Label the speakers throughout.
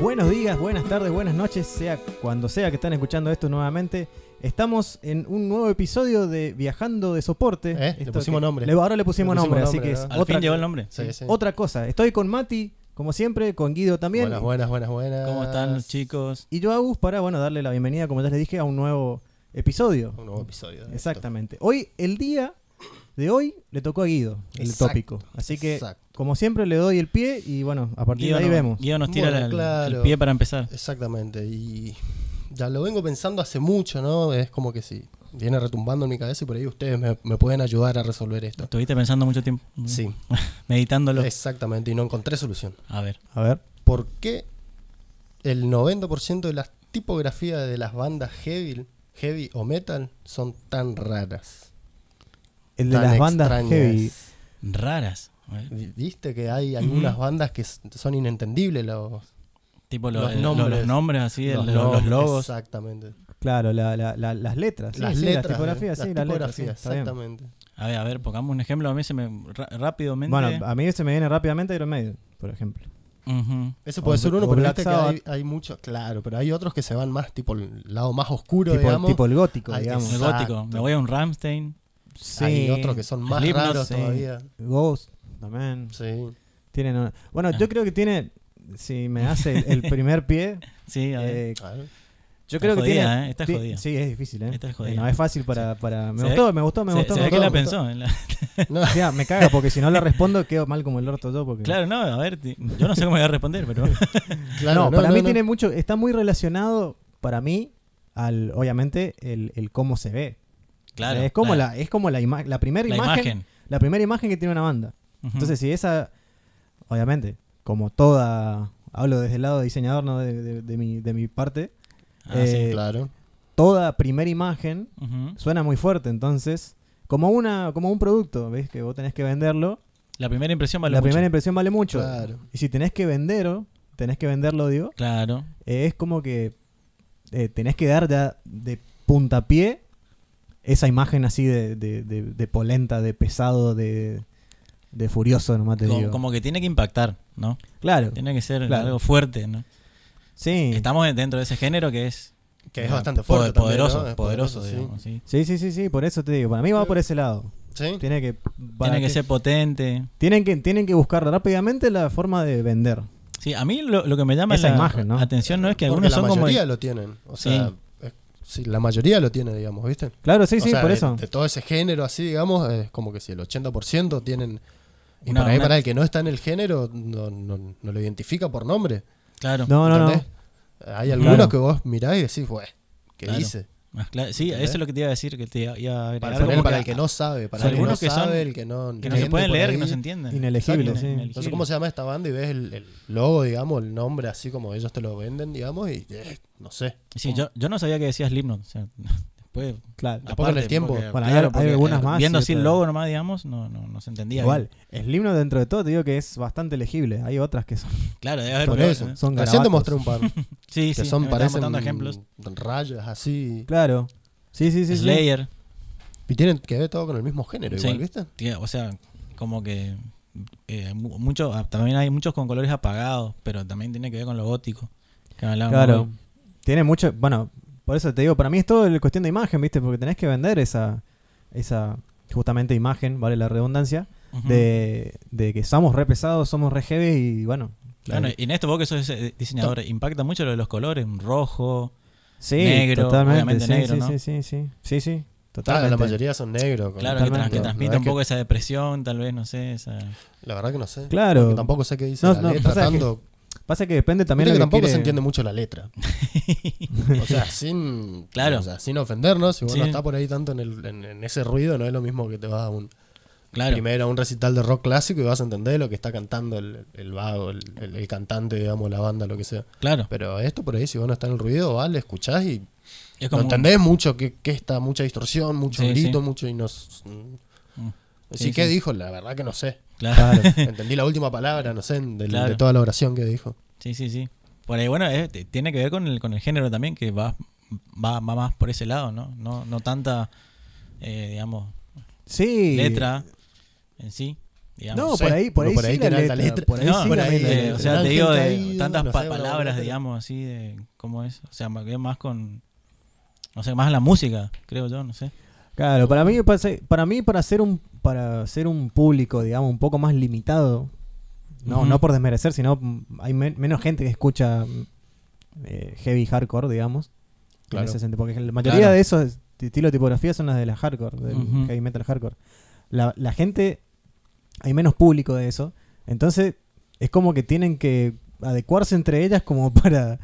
Speaker 1: Buenos días, buenas tardes, buenas noches, sea cuando sea que están escuchando esto nuevamente. Estamos en un nuevo episodio de Viajando de Soporte.
Speaker 2: Eh, le
Speaker 1: Esto
Speaker 2: pusimos
Speaker 1: que-
Speaker 2: nombre.
Speaker 1: le- ahora le pusimos,
Speaker 2: Le pusimos
Speaker 1: nombre, así
Speaker 2: nombre,
Speaker 1: que es
Speaker 2: ¿verdad?
Speaker 3: Al
Speaker 1: otra,
Speaker 3: fin llegó el nombre.
Speaker 2: Sí, sí.
Speaker 1: otra cosa. Estoy con Mati, como siempre, con Guido también.
Speaker 2: Buenas, buenas, buenas, buenas.
Speaker 3: ¿Cómo están los chicos?
Speaker 1: Y yo, Agus, para bueno, darle la bienvenida, como ya les dije, a un nuevo episodio.
Speaker 2: Un nuevo episodio. de
Speaker 1: Exactamente. Hoy, el día de hoy, le tocó a Guido el
Speaker 2: Exacto,
Speaker 1: tópico. Así que,
Speaker 2: exacto.
Speaker 1: como siempre, le doy el pie y bueno, a partir
Speaker 3: Guido,
Speaker 1: de ahí
Speaker 3: no-
Speaker 1: vemos.
Speaker 3: Guido nos tira
Speaker 2: Bueno,
Speaker 3: el- el,
Speaker 2: claro.
Speaker 3: pie para empezar.
Speaker 2: esto. Exactamente. Y ya lo vengo pensando hace mucho, ¿no? Es como que sí. Viene retumbando en mi cabeza y por ahí ustedes me, me pueden ayudar a resolver esto.
Speaker 3: Estuviste pensando mucho tiempo.
Speaker 1: Mm.
Speaker 3: mm,
Speaker 2: Sí,
Speaker 3: Meditándolo.
Speaker 2: exactamente. Y no encontré solución.
Speaker 3: A ver.
Speaker 1: A ver.
Speaker 2: ¿Por qué el 90% de las tipografías de las bandas heavy, heavy o metal son tan raras?
Speaker 1: El de
Speaker 2: tan
Speaker 1: las bandas heavy.
Speaker 2: extrañas?
Speaker 3: Raras. A ver.
Speaker 2: Vi- Viste que hay algunas bandas que s- son inentendibles los,
Speaker 3: Tipo lo-
Speaker 2: Los
Speaker 3: eh, lo- los,
Speaker 2: nombres.
Speaker 3: nombres. así, el- lo- los,
Speaker 2: nombres,
Speaker 3: logos.
Speaker 2: Exactamente.
Speaker 1: Claro, la- la- la- las letras. sí,
Speaker 2: las
Speaker 1: sí,
Speaker 2: letras.
Speaker 1: Las tipografías,
Speaker 2: las
Speaker 1: sí, las letras. sí,
Speaker 2: tipografías,
Speaker 1: está bien.
Speaker 2: exactamente.
Speaker 3: A ver, a ver, pongamos un ejemplo. A mí se me. ra- rápidamente.
Speaker 1: Bueno, a mí se me viene rápidamente Iron Maiden, por ejemplo.
Speaker 3: Ujú.
Speaker 2: Eso puede
Speaker 1: O-
Speaker 2: ser uno,
Speaker 1: o
Speaker 2: pero
Speaker 1: Black
Speaker 2: viste que hay,
Speaker 1: Sabbath.
Speaker 2: hay muchos, claro, pero hay otros que se van más, tipo el lado más oscuro,
Speaker 1: Tipo,
Speaker 2: digamos.
Speaker 1: tipo el gótico,
Speaker 2: Ay,
Speaker 1: digamos.
Speaker 3: El
Speaker 2: Exacto.
Speaker 3: gótico. Me voy a un Ramstein.
Speaker 1: Sí.
Speaker 2: Hay otros que son más
Speaker 3: Slipknot,
Speaker 2: raros
Speaker 3: sí.
Speaker 2: todavía.
Speaker 1: Ghost también.
Speaker 2: Sí.
Speaker 1: Tienen una- Bueno,
Speaker 3: Ah.
Speaker 1: yo creo que tiene. Si me hace el- el primer pie.
Speaker 3: Sí, a ver.
Speaker 1: eh,
Speaker 2: claro.
Speaker 1: yo
Speaker 3: Está
Speaker 1: creo que
Speaker 3: jodida,
Speaker 1: tiene.
Speaker 3: eh, está
Speaker 1: ti-
Speaker 3: jodida.
Speaker 1: Sí, es difícil, ¿eh?
Speaker 3: Está
Speaker 1: Eh,
Speaker 3: jodida.
Speaker 1: No es fácil para. para... Me,
Speaker 3: Se ve-
Speaker 1: gustó, me gustó, me
Speaker 3: Se-
Speaker 1: gustó,
Speaker 3: se
Speaker 1: me
Speaker 3: ve que
Speaker 1: gustó.
Speaker 3: la
Speaker 2: me
Speaker 3: pensó. en la-
Speaker 2: No,
Speaker 1: O sea, me caga porque si no la respondo quedo mal como el orto yo. Porque...
Speaker 3: Claro, no, a ver, ti- yo no sé cómo voy a responder, pero.
Speaker 2: claro,
Speaker 1: no, para mí
Speaker 2: no.
Speaker 1: tiene mucho. Está muy relacionado para mí al, obviamente, el, el cómo se ve.
Speaker 3: Claro.
Speaker 1: es como
Speaker 3: la,
Speaker 1: la, es como la, ima- la primera
Speaker 3: la
Speaker 1: imagen,
Speaker 3: imagen.
Speaker 1: La primera imagen que tiene una banda.
Speaker 3: Ujú.
Speaker 1: Entonces, si esa, obviamente, como toda, hablo desde el lado de diseñador, no de, de- de mi, de mi parte,
Speaker 3: Ah, sí.
Speaker 1: eh,
Speaker 2: Claro.
Speaker 1: toda primera imagen
Speaker 3: Ujú.
Speaker 1: suena muy fuerte. Entonces, como una como un producto, ¿ves? Que vos tenés que venderlo,
Speaker 3: La primera impresión vale
Speaker 1: la
Speaker 3: mucho.
Speaker 1: primera impresión vale mucho.
Speaker 2: Claro.
Speaker 1: Y si tenés que venderlo, tenés que venderlo, digo,
Speaker 3: Claro.
Speaker 1: eh, es como que eh, tenés que dar ya de puntapié esa imagen así de, de- de- de polenta, de pesado, de, de furioso, nomás te
Speaker 3: Como,
Speaker 1: digo.
Speaker 3: como que tiene que impactar, ¿no?
Speaker 1: Claro,
Speaker 3: Tiene que ser
Speaker 1: Claro.
Speaker 3: algo fuerte, ¿no?
Speaker 1: sí.
Speaker 3: Estamos en- dentro de ese género que es...
Speaker 2: Que
Speaker 1: ah,
Speaker 2: es
Speaker 3: eh,
Speaker 2: bastante fuerte
Speaker 3: poder-
Speaker 2: también,
Speaker 3: poderoso,
Speaker 2: ¿no? Es
Speaker 3: poderoso,
Speaker 2: poderoso, sí.
Speaker 3: digamos, sí.
Speaker 1: Sí, sí, sí, sí, por eso te digo. Para mí va por ese lado.
Speaker 2: Sí.
Speaker 1: Tiene que, para
Speaker 3: Tiene que
Speaker 1: ti-
Speaker 3: ser potente.
Speaker 1: tienen que tienen que buscar rápidamente la forma de vender.
Speaker 3: Sí, a mí lo, lo que me llama
Speaker 1: Esa
Speaker 3: la
Speaker 1: imagen, ¿no?
Speaker 3: atención no es que
Speaker 2: Porque
Speaker 3: algunos
Speaker 2: la
Speaker 3: son como...
Speaker 2: mayoría lo tienen. O
Speaker 3: Sí.
Speaker 2: sea, es- sí, la mayoría lo tiene, digamos, ¿viste?
Speaker 1: Claro, sí,
Speaker 2: O
Speaker 1: sí,
Speaker 2: sea, eh,
Speaker 1: por
Speaker 2: de-
Speaker 1: eso.
Speaker 2: De, todo ese género así, digamos, es como que si el 80% tienen... Y
Speaker 3: Una-
Speaker 2: para, ahí,
Speaker 3: una-
Speaker 2: para el que no está en el género, no, no- no lo identifica por nombre.
Speaker 3: Claro.
Speaker 1: No, no, no.
Speaker 2: ¿Entendés? Hay algunos
Speaker 1: Claro.
Speaker 2: que vos mirás y decís, "Bueh, ¿qué
Speaker 3: Claro.
Speaker 2: dice?
Speaker 3: Ah, claro, Sí,
Speaker 2: ¿Entendés?
Speaker 3: eso es lo que te iba a decir, que te iba iba a agregar
Speaker 2: Para,
Speaker 3: como
Speaker 2: poner para el que no sabe, para el que no
Speaker 3: algunos que son-
Speaker 2: sabe, el que no
Speaker 3: que no se
Speaker 2: entiende
Speaker 3: pueden
Speaker 2: por
Speaker 3: leer,
Speaker 2: ahí.
Speaker 3: que no se entienden.
Speaker 1: Inelegible,
Speaker 3: Exacto,
Speaker 1: sí.
Speaker 3: inelegible.
Speaker 2: Entonces, ¿cómo se llama esta banda? Y ves el, el logo, digamos, el nombre así como ellos te lo venden, digamos, y eh, no sé.
Speaker 3: Sí, yo, yo no sabía que decías Slipknot. O sea, después...
Speaker 1: Claro.
Speaker 2: Tampoco en el tiempo.
Speaker 1: Bueno, hay- hay
Speaker 3: porque,
Speaker 1: algunas
Speaker 3: eh,
Speaker 1: más
Speaker 3: Viendo
Speaker 1: y
Speaker 3: así el
Speaker 1: otras-
Speaker 3: logo nomás, digamos, no, no, no se entendía.
Speaker 1: Igual, el himno dentro de todo te digo que es bastante legible. Hay otras que son.
Speaker 3: bien. Claro, debe haber...
Speaker 2: Por
Speaker 3: pero-
Speaker 2: eso.
Speaker 1: son
Speaker 2: Recién te
Speaker 1: garabatos.
Speaker 2: mostré un par.
Speaker 3: Sí,
Speaker 2: que
Speaker 3: sí.
Speaker 2: son,
Speaker 3: me estaban
Speaker 2: parecen
Speaker 3: botando ejemplos.
Speaker 2: rayas así.
Speaker 1: Claro. Sí, sí, sí. sí.
Speaker 3: Slayer.
Speaker 2: Y tienen que ver todo con el mismo género,
Speaker 3: Sí.
Speaker 2: igual, ¿viste?
Speaker 3: Tiene- o sea, como que eh, mu- mucho, ah, también hay muchos con colores apagados, pero también tiene que ver con lo gótico. que hablábamos
Speaker 1: Claro.
Speaker 3: hoy.
Speaker 1: Tiene mucho. Bueno, por eso te digo, para mí es todo el- cuestión de imagen, ¿viste? Porque tenés que vender esa. Esa. Justamente imagen, vale la redundancia.
Speaker 3: Ujú.
Speaker 1: de, de que somos re pesados, somos re heavy y bueno.
Speaker 3: Bueno,
Speaker 1: la-
Speaker 3: y en esto vos que sos eh, diseñador, impacta mucho lo de los colores, un rojo.
Speaker 1: sí,
Speaker 3: negro,
Speaker 1: totalmente.
Speaker 3: obviamente
Speaker 1: Sí,
Speaker 3: negro,
Speaker 1: sí,
Speaker 3: ¿no?
Speaker 1: sí, sí, sí, sí, sí,
Speaker 2: Claro,
Speaker 1: totalmente.
Speaker 2: la mayoría son negros. con-
Speaker 3: Claro, que, trans-
Speaker 1: Totalmente.
Speaker 3: que
Speaker 2: No,
Speaker 3: transmite
Speaker 2: no es
Speaker 3: un
Speaker 2: que-
Speaker 3: poco esa depresión, tal vez, no sé. Esa...
Speaker 2: La verdad que no sé.
Speaker 1: Claro.
Speaker 2: Porque tampoco sé qué dice
Speaker 1: No,
Speaker 2: la
Speaker 1: no,
Speaker 2: letra
Speaker 1: o sea, que-
Speaker 2: tanto.
Speaker 1: Pasa que depende también lo
Speaker 2: Viste que
Speaker 1: que
Speaker 2: tampoco
Speaker 1: quiere-
Speaker 2: se entiende mucho la letra. o sea, sin,
Speaker 3: Claro.
Speaker 2: o sea, sin ofendernos, si vos
Speaker 3: Sí.
Speaker 2: no estás por ahí tanto en, el- en- en ese ruido, no es lo mismo que te vas a un,
Speaker 3: Claro,
Speaker 2: primero a un recital de rock clásico y vas a entender lo que está cantando el, el vago, el, el- el cantante, digamos, la banda, lo que sea.
Speaker 3: claro.
Speaker 2: Pero esto por ahí, si vos no estás en el ruido, vas, le escuchás y
Speaker 3: Es
Speaker 2: no
Speaker 3: como,
Speaker 2: entendés mucho que, que está, mucha distorsión, mucho
Speaker 3: Sí,
Speaker 2: grito,
Speaker 3: sí.
Speaker 2: mucho y nos... mm.
Speaker 3: Mm.
Speaker 2: Así
Speaker 3: Sí,
Speaker 2: que
Speaker 3: sí.
Speaker 2: dijo, la verdad que no sé.
Speaker 3: Claro.
Speaker 2: Entendí la última palabra, no sé, del- de,
Speaker 3: Claro.
Speaker 2: toda la oración que dijo.
Speaker 3: Sí, sí, sí. Por ahí, bueno, eh, t- tiene que ver con el, con el género también, que va, va, va más por ese lado, ¿no? No, no tanta, eh, digamos,
Speaker 1: Sí.
Speaker 3: letra en sí. digamos.
Speaker 1: No,
Speaker 2: sé,
Speaker 1: por ahí, por
Speaker 2: pero
Speaker 1: ahí,
Speaker 2: por
Speaker 1: sí
Speaker 2: ahí
Speaker 1: la
Speaker 2: tiene
Speaker 1: letra,
Speaker 2: alta letra.
Speaker 1: Por ahí
Speaker 3: No,
Speaker 1: sí
Speaker 3: por
Speaker 1: la
Speaker 2: ahí,
Speaker 1: letra.
Speaker 3: Eh, o sea,
Speaker 2: El
Speaker 3: te digo de
Speaker 2: ángel caído,
Speaker 3: tantas
Speaker 2: no
Speaker 3: pa-
Speaker 2: sé, bla, bla,
Speaker 3: palabras,
Speaker 2: bla.
Speaker 3: digamos, así de cómo es. O sea, me quedé más con. No sé, más en la música, creo yo, no sé.
Speaker 1: Claro, para mí, para ser- para mí para ser un para ser un público, digamos, un poco más limitado, no
Speaker 3: Ujú.
Speaker 1: no por desmerecer, sino mm, hay men- menos gente que escucha mm, eh, heavy hardcore, digamos.
Speaker 2: Claro.
Speaker 1: En ese sentido, porque la mayoría
Speaker 3: Claro.
Speaker 1: de esos t- estilos de tipografía son las de la hardcore, del
Speaker 3: Ujú.
Speaker 1: heavy metal hardcore. La, la gente hay menos público de eso, entonces es como que tienen que adecuarse entre ellas como para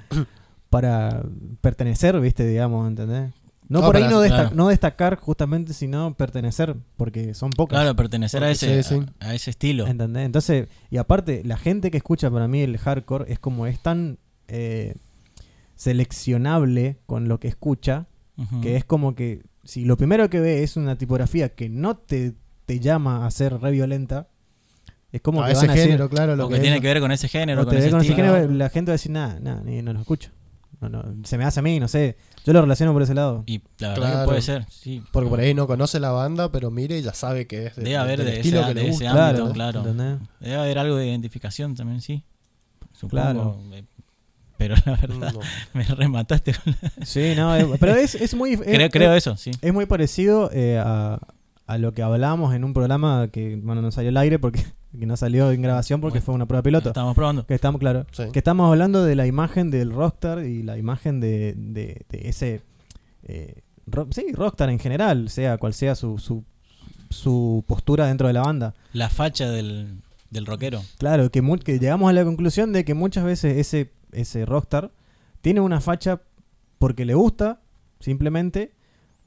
Speaker 1: para pertenecer, ¿viste? Digamos, ¿entendés? No,
Speaker 2: No,
Speaker 1: por ahí
Speaker 2: para-
Speaker 1: no, desta-
Speaker 3: claro.
Speaker 1: no destacar justamente, sino pertenecer, porque son pocas.
Speaker 3: Claro, pertenecer a
Speaker 2: Porque
Speaker 3: ese,
Speaker 2: sí, sí.
Speaker 3: A, a ese estilo.
Speaker 1: ¿Entendés? Entonces, y aparte, la gente que escucha para mí el hardcore es como es tan eh, seleccionable con lo que escucha,
Speaker 3: Ujú.
Speaker 1: que es como que si lo primero que ve es una tipografía que no te, te llama a ser re violenta, es como
Speaker 2: A
Speaker 1: que
Speaker 2: ese
Speaker 1: van a decir,
Speaker 2: género, claro, lo
Speaker 3: o
Speaker 2: que,
Speaker 3: que tiene
Speaker 2: es.
Speaker 3: que ver con ese género,
Speaker 1: o
Speaker 3: con
Speaker 1: te
Speaker 3: ese
Speaker 1: ve con ese
Speaker 3: estilo.
Speaker 1: género, la gente va a decir, nada, nada, ni- no lo escucho. No, no, se me hace a mí, no sé. Yo lo relaciono por ese lado.
Speaker 3: Y la verdad que
Speaker 2: Claro.
Speaker 3: puede ser, sí.
Speaker 2: Porque por ahí no conoce la banda, pero mire y ya sabe que es de,
Speaker 3: Debe haber
Speaker 2: del
Speaker 3: de
Speaker 2: estilo
Speaker 3: ese-
Speaker 2: que le
Speaker 3: de
Speaker 2: gusta.
Speaker 3: ese ámbito, claro.
Speaker 1: Uh, ¿entendés?
Speaker 3: Debe haber algo de identificación también, sí. Supongo.
Speaker 1: Claro.
Speaker 3: eh, Pero la verdad,
Speaker 2: No.
Speaker 3: me remataste. con la-
Speaker 1: Sí, no, es- pero es, es muy. Es,
Speaker 3: creo, creo
Speaker 1: eh,
Speaker 3: eso, sí.
Speaker 1: es muy parecido eh, a, a lo que hablábamos en un programa que, bueno, no salió al aire porque que no salió en grabación porque
Speaker 3: Bueno,
Speaker 1: fue una prueba piloto.
Speaker 3: Estamos probando.
Speaker 1: Que estamos, claro.
Speaker 2: Sí.
Speaker 1: Que estamos hablando de la imagen del rockstar y la imagen de, de- de ese. eh, ro- sí, rockstar en general, sea cual sea su, su, su postura dentro de la banda.
Speaker 3: La facha del, del rockero.
Speaker 1: Claro, que, mu- que llegamos a la conclusión de que muchas veces ese, ese rockstar tiene una facha porque le gusta, simplemente,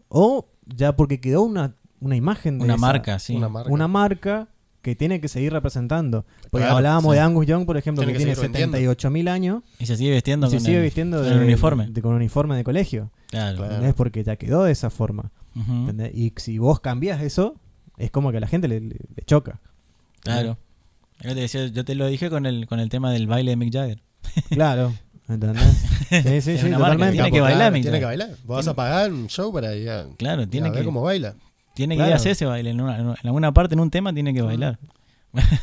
Speaker 1: o ya porque quedó una, una imagen de
Speaker 3: Una
Speaker 1: esa-
Speaker 3: marca, sí.
Speaker 2: Una marca.
Speaker 1: Una marca que tiene que seguir representando. Porque
Speaker 2: Claro,
Speaker 1: hablábamos
Speaker 3: sí.
Speaker 1: de Angus Young, por ejemplo,
Speaker 2: Tiene
Speaker 1: que,
Speaker 2: que
Speaker 1: tiene
Speaker 2: seguir vendiendo.
Speaker 1: 78 mil años
Speaker 3: Y se sigue vistiendo
Speaker 1: y se
Speaker 3: con
Speaker 1: sigue
Speaker 3: el,
Speaker 1: vistiendo
Speaker 3: con
Speaker 1: de,
Speaker 3: el uniforme.
Speaker 1: de- con un uniforme de colegio.
Speaker 3: claro.
Speaker 2: Claro.
Speaker 1: ¿entendés? Porque ya quedó de esa forma.
Speaker 3: Ujú.
Speaker 1: ¿entendés? Y si vos cambias eso, es como que a la gente le, le- le choca.
Speaker 3: Claro. Yo te, decía- yo te lo dije con el, con el tema del baile de Mick Jagger.
Speaker 1: Claro. ¿Entendés? Sí, sí,
Speaker 3: Es
Speaker 1: sí,
Speaker 3: una marca,
Speaker 1: totalmente.
Speaker 3: tiene que bailar, mi
Speaker 2: Tiene
Speaker 3: Jack.
Speaker 2: que bailar. Vos vas a pagar un show para ir a,
Speaker 3: Claro,
Speaker 2: tiene
Speaker 3: tiene
Speaker 2: ver
Speaker 3: que,
Speaker 2: cómo baila.
Speaker 3: tiene que ir
Speaker 1: Claro.
Speaker 3: a hacer ese baile. En, una- en alguna parte, en un tema, tiene que bailar.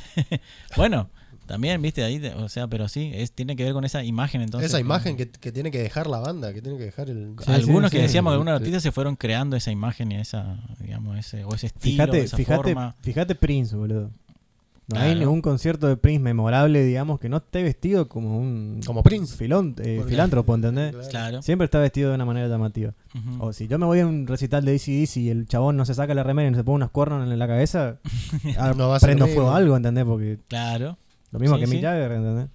Speaker 3: bueno, también, viste, ahí, te- o sea, pero sí, es, tiene que ver con esa imagen entonces.
Speaker 2: Esa
Speaker 3: con-
Speaker 2: imagen que, que tiene que dejar la banda, que tiene que dejar el...
Speaker 1: Sí,
Speaker 3: algunos
Speaker 1: sí,
Speaker 3: que
Speaker 1: sí.
Speaker 3: decíamos que algunos
Speaker 2: Sí.
Speaker 3: artistas se fueron creando esa imagen y esa, digamos, ese, o ese estilo,
Speaker 1: Fíjate,
Speaker 3: esa
Speaker 1: fíjate,
Speaker 3: forma.
Speaker 1: fíjate Prince, boludo. No hay
Speaker 3: Claro.
Speaker 1: ningún concierto de Prince memorable, digamos, que no esté vestido como un
Speaker 2: Como Prince.
Speaker 1: filón- eh,
Speaker 2: Ah, Porque-
Speaker 1: filántropo, ¿entendés?
Speaker 3: Claro. Mm.
Speaker 1: Siempre está vestido de una manera llamativa.
Speaker 3: Ujú.
Speaker 1: O si yo me voy a un recital de ACDC y el chabón no se saca la remera y no se pone unos cuernos en la cabeza, ah,
Speaker 2: No va a ser
Speaker 1: prendo
Speaker 2: lo mismo.
Speaker 1: fuego a algo, ¿entendés? Porque
Speaker 3: Claro,
Speaker 1: lo mismo
Speaker 3: Sí,
Speaker 1: que Mick
Speaker 3: sí.
Speaker 1: Jagger, ¿entendés?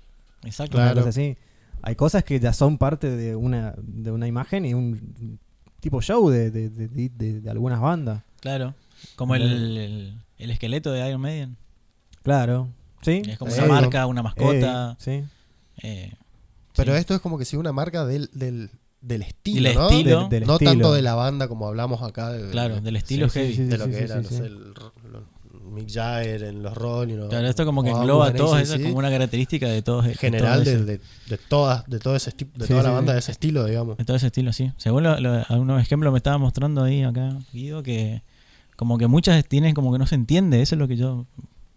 Speaker 3: exacto.
Speaker 1: Una
Speaker 2: Claro.
Speaker 1: cosa así. Hay cosas que ya son parte de una, de una imagen y un tipo show de, de- de- de- de- de algunas bandas.
Speaker 3: Claro. Como el,
Speaker 1: Claro.
Speaker 3: el, el esqueleto de Iron Maiden.
Speaker 1: Claro. ¿Sí?
Speaker 3: Es como
Speaker 2: Sí.
Speaker 3: una marca, una mascota.
Speaker 1: Ey, sí.
Speaker 3: eh,
Speaker 2: Pero
Speaker 3: sí.
Speaker 2: esto es como que si una marca del, del, del estilo,
Speaker 3: Del
Speaker 2: ¿no?
Speaker 3: estilo.
Speaker 1: Del- del
Speaker 2: no tanto
Speaker 1: estilo.
Speaker 2: de la banda como hablamos acá. de-
Speaker 3: Claro,
Speaker 2: de,
Speaker 3: del estilo
Speaker 1: Sí, sí,
Speaker 3: heavy.
Speaker 1: sí,
Speaker 2: de lo que
Speaker 1: sí,
Speaker 2: era,
Speaker 1: sí,
Speaker 2: no
Speaker 1: sí.
Speaker 2: sé, el, lo- Mick Jagger en los Rolling. o-
Speaker 3: Claro, esto como que
Speaker 2: o
Speaker 3: engloba
Speaker 2: Angus en
Speaker 3: todos,
Speaker 2: AC/DC,
Speaker 3: eso es como una característica de todos. de
Speaker 2: general
Speaker 3: todos
Speaker 2: de,
Speaker 3: esos-
Speaker 2: de, de todas, de todo ese esti- de
Speaker 1: Sí,
Speaker 2: toda
Speaker 1: sí,
Speaker 2: la
Speaker 1: sí.
Speaker 2: banda de ese estilo, digamos.
Speaker 3: De todo ese estilo, sí. Según lo, lo- algunos ejemplos me estaba mostrando ahí acá, Guido, que como que muchas tienen como que no se entiende. Eso es lo que yo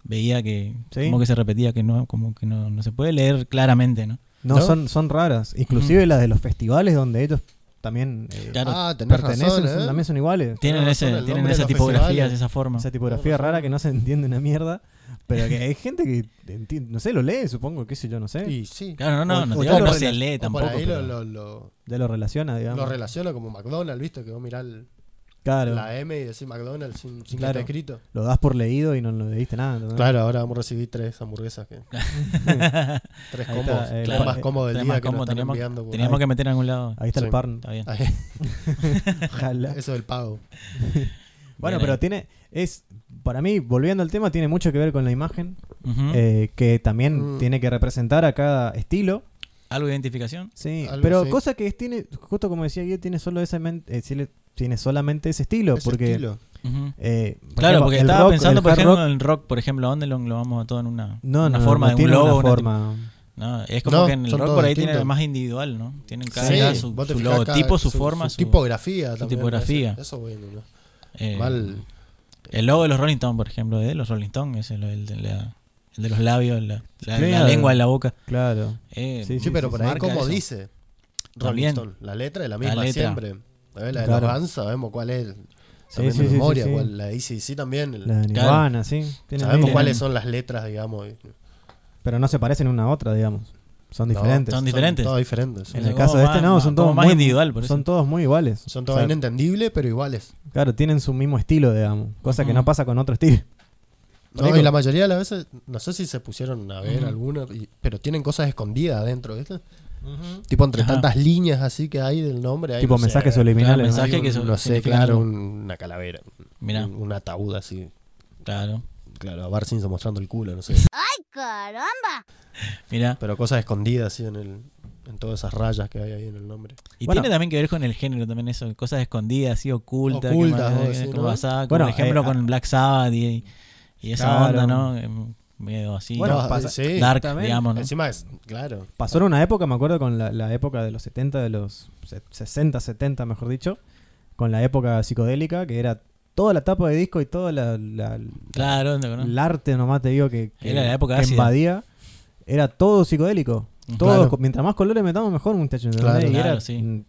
Speaker 3: veía que
Speaker 1: Sí.
Speaker 3: como que se repetía, que no como que no, no se puede leer claramente, ¿no?
Speaker 1: No,
Speaker 2: ¿No? Mm.
Speaker 1: Son, son raras. Inclusive las de los festivales donde ellos también eh,
Speaker 3: Claro,
Speaker 2: ah, tenés
Speaker 1: pertenecen,
Speaker 2: razón,
Speaker 1: son-
Speaker 2: ¿eh?
Speaker 1: también son iguales.
Speaker 3: Tienen,
Speaker 2: razón,
Speaker 3: ese,
Speaker 2: el
Speaker 3: tienen
Speaker 2: nombre de
Speaker 3: esas
Speaker 2: los
Speaker 3: tipografías,
Speaker 2: festivales.
Speaker 3: esa forma.
Speaker 1: Esa tipografía
Speaker 2: Tenés razón.
Speaker 1: rara que no se entiende una mierda. Pero que hay gente que, enti- no sé, lo lee, supongo, qué sé yo, no sé.
Speaker 2: Y sí.
Speaker 3: Claro, no, no,
Speaker 1: O-
Speaker 3: no,
Speaker 1: o
Speaker 3: digo
Speaker 1: todo
Speaker 3: que
Speaker 1: lo
Speaker 3: no
Speaker 1: de
Speaker 3: se
Speaker 1: las-
Speaker 3: lee
Speaker 2: O por
Speaker 3: tampoco.
Speaker 2: ahí
Speaker 3: pero-
Speaker 2: lo, lo, lo-
Speaker 1: Ya lo relaciona, digamos.
Speaker 2: lo relaciona como McDonald's, ¿viste? Que vos mirás el-
Speaker 1: claro,
Speaker 2: la M y decís McDonald's sin, sin
Speaker 1: Claro. Ah.
Speaker 2: que esté escrito.
Speaker 1: lo das por leído y no lo leíste nada. ¿entendés?
Speaker 2: Claro, ahora vamos a recibir tres hamburguesas. Que, tres
Speaker 1: Ahí
Speaker 2: combos.
Speaker 1: está, eh,
Speaker 2: tres
Speaker 1: claro.
Speaker 2: más combos del
Speaker 3: Tres
Speaker 2: día
Speaker 3: más
Speaker 2: que nos
Speaker 3: combos,
Speaker 2: están
Speaker 3: teníamos,
Speaker 2: enviando. por-
Speaker 3: teníamos que meter en algún lado.
Speaker 1: Ahí está el
Speaker 2: Sí.
Speaker 1: parn.
Speaker 3: Está bien.
Speaker 2: Ay,
Speaker 1: Ojalá.
Speaker 2: Eso del pago.
Speaker 1: Bueno,
Speaker 3: Bien
Speaker 1: pero
Speaker 3: ahí.
Speaker 1: tiene, es, para mí, volviendo al tema, tiene mucho que ver con la imagen,
Speaker 3: Ujú.
Speaker 1: eh, que también
Speaker 2: Mm.
Speaker 1: tiene que representar a cada estilo.
Speaker 3: ¿Algo de identificación?
Speaker 1: Sí,
Speaker 2: Algo
Speaker 1: pero
Speaker 2: así.
Speaker 1: cosa que es- tiene, justo como decía Guille, tiene, solo ese men- eh, tiene- tiene solamente ese estilo.
Speaker 2: Ese
Speaker 1: porque,
Speaker 2: estilo.
Speaker 3: Ujú.
Speaker 1: eh, por
Speaker 3: Claro,
Speaker 1: ejemplo,
Speaker 3: porque
Speaker 1: el
Speaker 3: estaba
Speaker 1: rock,
Speaker 3: pensando,
Speaker 1: el
Speaker 3: por
Speaker 1: hard
Speaker 3: ejemplo,
Speaker 1: rock-
Speaker 3: en el rock, por ejemplo, ¿a ¿dónde lo englobamos todo en una,
Speaker 1: no,
Speaker 3: una
Speaker 1: no,
Speaker 3: forma
Speaker 1: no
Speaker 3: de un
Speaker 1: tiene
Speaker 3: logo?
Speaker 1: Una
Speaker 3: una tip-
Speaker 1: forma.
Speaker 3: no, es como
Speaker 2: No,
Speaker 3: que en el
Speaker 2: son
Speaker 3: rock
Speaker 2: todos
Speaker 3: por ahí tiene
Speaker 2: distintos.
Speaker 3: más individual, ¿no? Tienen cada
Speaker 2: Sí,
Speaker 3: uno su,
Speaker 2: vos te
Speaker 3: su
Speaker 2: fijás
Speaker 3: logotipo,
Speaker 2: cada-
Speaker 3: su, forma, su,
Speaker 2: tipografía también.
Speaker 3: tipografía.
Speaker 2: ese- Eso, bueno, ¿no?
Speaker 3: eh,
Speaker 2: Mal.
Speaker 3: El logo de los Rolling Stones, por ejemplo, de los Rolling Stones, ese, lo- el, de la- el de los labios, la, la- la
Speaker 1: Claro.
Speaker 3: lengua en la boca.
Speaker 1: Claro.
Speaker 3: Eh,
Speaker 1: Sí,
Speaker 2: Sí, pero por ahí,
Speaker 3: marca
Speaker 2: como
Speaker 3: eso.
Speaker 2: dice Rolling
Speaker 3: También.
Speaker 2: Stone, la letra es la misma
Speaker 3: letra.
Speaker 2: siempre. Eh, La de
Speaker 1: Claro.
Speaker 2: los Guns sabemos cuál es.
Speaker 1: Sí,
Speaker 2: Sabemos
Speaker 1: sí,
Speaker 2: de
Speaker 1: sí,
Speaker 2: memoria,
Speaker 1: sí, sí.
Speaker 2: cuál- la de ACDC también. el-
Speaker 1: La de
Speaker 3: Claro.
Speaker 1: Nirvana, sí. Tienen
Speaker 2: sabemos
Speaker 1: miles.
Speaker 2: cuáles son las letras, digamos. y-
Speaker 1: Pero no se parecen una a otra, digamos. Son
Speaker 2: No,
Speaker 1: diferentes.
Speaker 3: son diferentes.
Speaker 2: todas diferentes.
Speaker 1: En
Speaker 3: Sí,
Speaker 1: el
Speaker 3: como
Speaker 1: caso de este
Speaker 3: más-
Speaker 1: no,
Speaker 3: más-
Speaker 1: son
Speaker 3: como
Speaker 1: todos
Speaker 3: más
Speaker 1: muy,
Speaker 3: individual, por
Speaker 1: son
Speaker 3: eso.
Speaker 1: todos muy iguales.
Speaker 2: Son todas
Speaker 1: O sea,
Speaker 2: inentendibles, pero iguales.
Speaker 1: Claro, tienen su mismo estilo, digamos. Cosa que
Speaker 3: Ujú.
Speaker 1: no pasa con otro estilo.
Speaker 2: No,
Speaker 1: Marico.
Speaker 2: y la mayoría de las veces, no sé si se pusieron a ver
Speaker 3: Ujú.
Speaker 2: alguna, y- pero tienen cosas escondidas adentro, ¿viste? Tipo entre
Speaker 3: Ajá.
Speaker 2: tantas líneas así que hay del nombre. hay,
Speaker 1: tipo
Speaker 2: no sé,
Speaker 1: mensajes
Speaker 3: Claro,
Speaker 1: subliminales.
Speaker 3: mensaje
Speaker 2: hay un-
Speaker 3: que eso
Speaker 2: No sé,
Speaker 3: significa
Speaker 2: claro,
Speaker 3: algo.
Speaker 2: un- una calavera.
Speaker 3: Mirá,
Speaker 2: Un, un ataúd así.
Speaker 3: claro.
Speaker 2: Claro, a Bart Simpson mostrando el culo, no sé.
Speaker 4: caramba!
Speaker 3: Mirá.
Speaker 2: Pero cosas escondidas así en, el, en todas esas rayas que hay ahí en el nombre.
Speaker 3: Y
Speaker 1: Bueno.
Speaker 3: tiene también que ver con el género también eso, cosas escondidas, así ocultas, que
Speaker 2: Ocultas,
Speaker 3: más-
Speaker 2: vos decís, ¿no?
Speaker 3: como basada, como
Speaker 1: Bueno,
Speaker 3: por ejemplo
Speaker 1: eh,
Speaker 3: con Black Sabbath y, y esa
Speaker 1: Claro.
Speaker 3: onda, ¿no? Em, Medio así,
Speaker 1: Bueno,
Speaker 2: No,
Speaker 1: pasa-
Speaker 2: sí,
Speaker 3: dark,
Speaker 1: también.
Speaker 3: digamos, ¿no?
Speaker 2: Encima es, claro.
Speaker 1: Pasó en una época, me acuerdo, con la, la época de los 70, de los se- 60, 70, mejor dicho, con la época psicodélica, que era toda la tapa de disco y toda la, la-
Speaker 3: Claro, ¿no?
Speaker 1: el arte, nomás te digo, que, que-
Speaker 3: Era la época
Speaker 1: que
Speaker 3: ácida. Mm,
Speaker 1: invadía, era todo psicodélico. Todo,
Speaker 2: Claro.
Speaker 1: co- Mientras más colores metamos, mejor, muchachos.
Speaker 2: Claro.
Speaker 1: ¿entendés? Y
Speaker 3: Claro,
Speaker 1: era,
Speaker 3: sí.
Speaker 1: mm,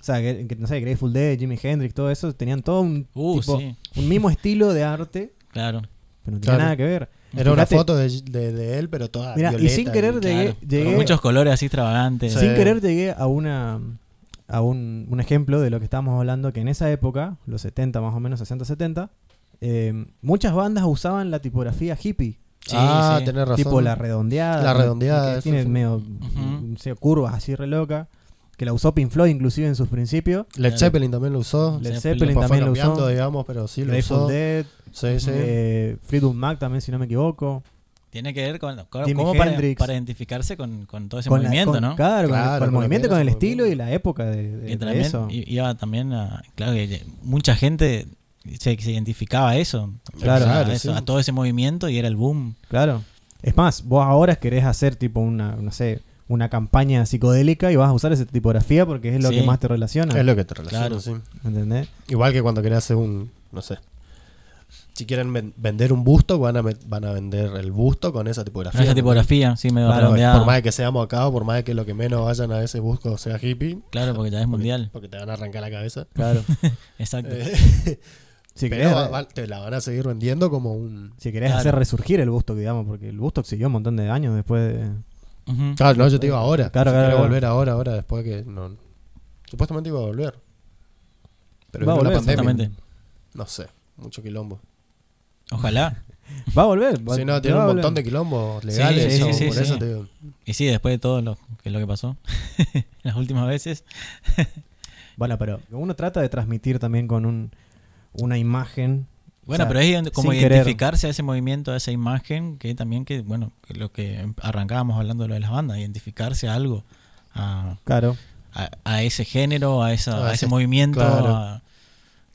Speaker 1: O sea, que, que, no sé, Grateful Dead, Jimi Hendrix, todo eso, tenían todo un,
Speaker 3: Uh,
Speaker 1: tipo-
Speaker 3: sí,
Speaker 1: un mismo estilo de arte,
Speaker 3: claro.
Speaker 1: pero no tenía
Speaker 2: Claro.
Speaker 1: nada que ver.
Speaker 2: Era una
Speaker 1: Fíjate.
Speaker 2: foto de, de- de él, pero toda
Speaker 1: Mira, y
Speaker 2: violeta
Speaker 1: sin querer llegué,
Speaker 3: claro.
Speaker 1: llegué-
Speaker 3: Con muchos colores así extravagantes.
Speaker 2: Sí.
Speaker 1: sin querer llegué a una a un, un ejemplo de lo que estábamos hablando que en esa época, los 70 más o menos, 60, 70, eh, muchas bandas usaban la tipografía hippie,
Speaker 3: Sí,
Speaker 2: ah,
Speaker 3: sí.
Speaker 2: tenés razón.
Speaker 1: tipo la redondeada,
Speaker 2: La
Speaker 1: ¿no?
Speaker 2: redondeada,
Speaker 1: que
Speaker 2: eso
Speaker 1: tiene
Speaker 2: sí.
Speaker 1: medio
Speaker 3: Ujú.
Speaker 1: o sea, curvas así re loca, que la usó Pink Floyd inclusive en sus principios,
Speaker 2: Led Zeppelin también lo usó.
Speaker 1: Led
Speaker 3: Zeppelin
Speaker 1: Zeppelin
Speaker 2: Después
Speaker 1: también
Speaker 2: fue
Speaker 1: lo
Speaker 2: cambiando,
Speaker 1: usó,
Speaker 2: digamos, pero sí lo
Speaker 1: Grateful
Speaker 2: usó.
Speaker 1: Dead,
Speaker 2: Sí, sí.
Speaker 1: eh, Fleetwood Mac también si no me equivoco,
Speaker 3: Tiene que ver con, con-
Speaker 1: Jimi
Speaker 3: como para,
Speaker 1: Hendrix.
Speaker 3: para identificarse con, con todo ese
Speaker 1: con la-
Speaker 3: movimiento,
Speaker 1: con-
Speaker 3: ¿no?
Speaker 1: claro, con el-
Speaker 2: Claro,
Speaker 1: con el
Speaker 2: con lo que
Speaker 1: movimiento,
Speaker 2: era
Speaker 1: con el
Speaker 2: ese
Speaker 1: estilo y
Speaker 2: movimiento.
Speaker 1: la época de, de-
Speaker 3: que
Speaker 1: de
Speaker 3: también
Speaker 1: eso.
Speaker 3: i- iba también a... Claro que ye- mucha gente se, se identificaba a eso.
Speaker 1: Claro,
Speaker 3: a,
Speaker 2: claro,
Speaker 3: eso,
Speaker 2: sí.
Speaker 3: a todo ese movimiento y era el boom.
Speaker 1: Claro. Es más, vos ahora querés hacer tipo una, no sé, una campaña psicodélica y vas a usar esa tipografía porque es lo
Speaker 3: Sí.
Speaker 1: que más te relaciona.
Speaker 2: Es lo que te relaciona,
Speaker 3: Claro.
Speaker 2: sí.
Speaker 1: ¿Entendés?
Speaker 2: Igual que cuando querés hacer un, no sé. Si quieren ven- vender un busto, van a, met- van a vender el busto con esa tipografía.
Speaker 3: Esa tipografía, sí, medio
Speaker 1: Claro,
Speaker 3: redondeada.
Speaker 2: Por más de que seamos acá o por más de que lo que menos vayan a ese busto sea hippie,
Speaker 3: Claro, porque ya es mundial.
Speaker 2: porque te van a arrancar la cabeza.
Speaker 1: Claro.
Speaker 3: Exacto.
Speaker 2: Eh,
Speaker 1: Si querés, eh.
Speaker 2: pero va- va- te la van a seguir vendiendo como un.
Speaker 1: si querés
Speaker 3: Claro.
Speaker 1: hacer resurgir el Bustock, digamos, porque el Bustock siguió un montón de años después de...
Speaker 3: Ujú.
Speaker 2: Claro, no, yo te digo ahora.
Speaker 1: Claro, claro,
Speaker 2: Si quiere
Speaker 1: claro.
Speaker 2: volver ahora, ahora, después que. No, supuestamente iba a volver. Pero
Speaker 1: Va a
Speaker 2: vino la
Speaker 1: volver,
Speaker 2: pandemia.
Speaker 3: Exactamente.
Speaker 2: No sé, mucho quilombo.
Speaker 3: Ojalá.
Speaker 1: Va a volver. va-
Speaker 2: Si no, tiene
Speaker 1: va
Speaker 2: un
Speaker 1: a
Speaker 2: montón de
Speaker 1: volver.
Speaker 2: quilombos
Speaker 3: Sí,
Speaker 2: legales.
Speaker 1: sí,
Speaker 2: o
Speaker 1: sí,
Speaker 2: por
Speaker 3: sí.
Speaker 2: eso te digo.
Speaker 3: Y sí, después de todo lo que, lo que pasó las últimas veces.
Speaker 1: Bueno, pero uno trata de transmitir también con un, una imagen.
Speaker 3: Bueno,
Speaker 1: O sea,
Speaker 3: pero es como
Speaker 1: sin querer.
Speaker 3: identificarse a ese movimiento, a esa imagen, que también que, bueno, que lo que arrancábamos hablando de lo de las bandas, identificarse a algo, a,
Speaker 1: Claro.
Speaker 3: a- a ese género, a, esa-
Speaker 2: A
Speaker 3: a ese,
Speaker 2: ese-
Speaker 3: movimiento.
Speaker 2: claro.
Speaker 3: a-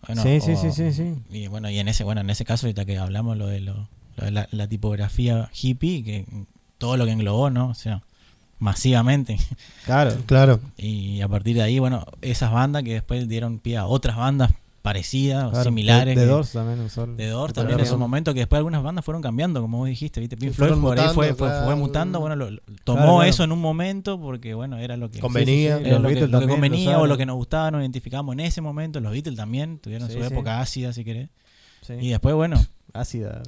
Speaker 3: bueno,
Speaker 1: Sí, sí,
Speaker 3: o-
Speaker 1: sí, sí, sí.
Speaker 3: Y bueno, y en ese, bueno, en ese caso, ahorita que hablamos lo de, lo, lo de la, la tipografía hippie, que todo lo que englobó, ¿no? O sea, masivamente.
Speaker 1: Claro.
Speaker 2: Claro.
Speaker 3: Y a partir de ahí, bueno, esas bandas que después dieron pie a otras bandas parecidas, o
Speaker 1: claro.
Speaker 3: similares.
Speaker 1: De,
Speaker 3: que-
Speaker 1: Doors también usó. el-
Speaker 3: de Doors
Speaker 1: Tenés
Speaker 3: también en su
Speaker 1: razón.
Speaker 3: momento, que después algunas bandas fueron cambiando, como vos dijiste, ¿viste? Pink
Speaker 2: Sí,
Speaker 3: Floyd
Speaker 2: fueron
Speaker 3: por ahí fue,
Speaker 2: mutando,
Speaker 3: fue- fue
Speaker 2: claro.
Speaker 3: mutando, bueno, lo- lo- tomó
Speaker 1: claro.
Speaker 3: eso en un momento porque, bueno, era lo que,
Speaker 1: Sí,
Speaker 2: Convenía.
Speaker 1: sí, sí.
Speaker 3: era
Speaker 1: Los
Speaker 3: lo que,
Speaker 1: Beatles
Speaker 3: lo que
Speaker 1: también
Speaker 3: convenía
Speaker 1: usaron.
Speaker 3: o lo que nos gustaba, nos identificábamos en ese momento. Los Beatles también tuvieron
Speaker 1: Sí,
Speaker 3: su
Speaker 1: sí.
Speaker 3: época ácida, si querés.
Speaker 1: Sí.
Speaker 3: Y después, bueno,
Speaker 1: Ácida.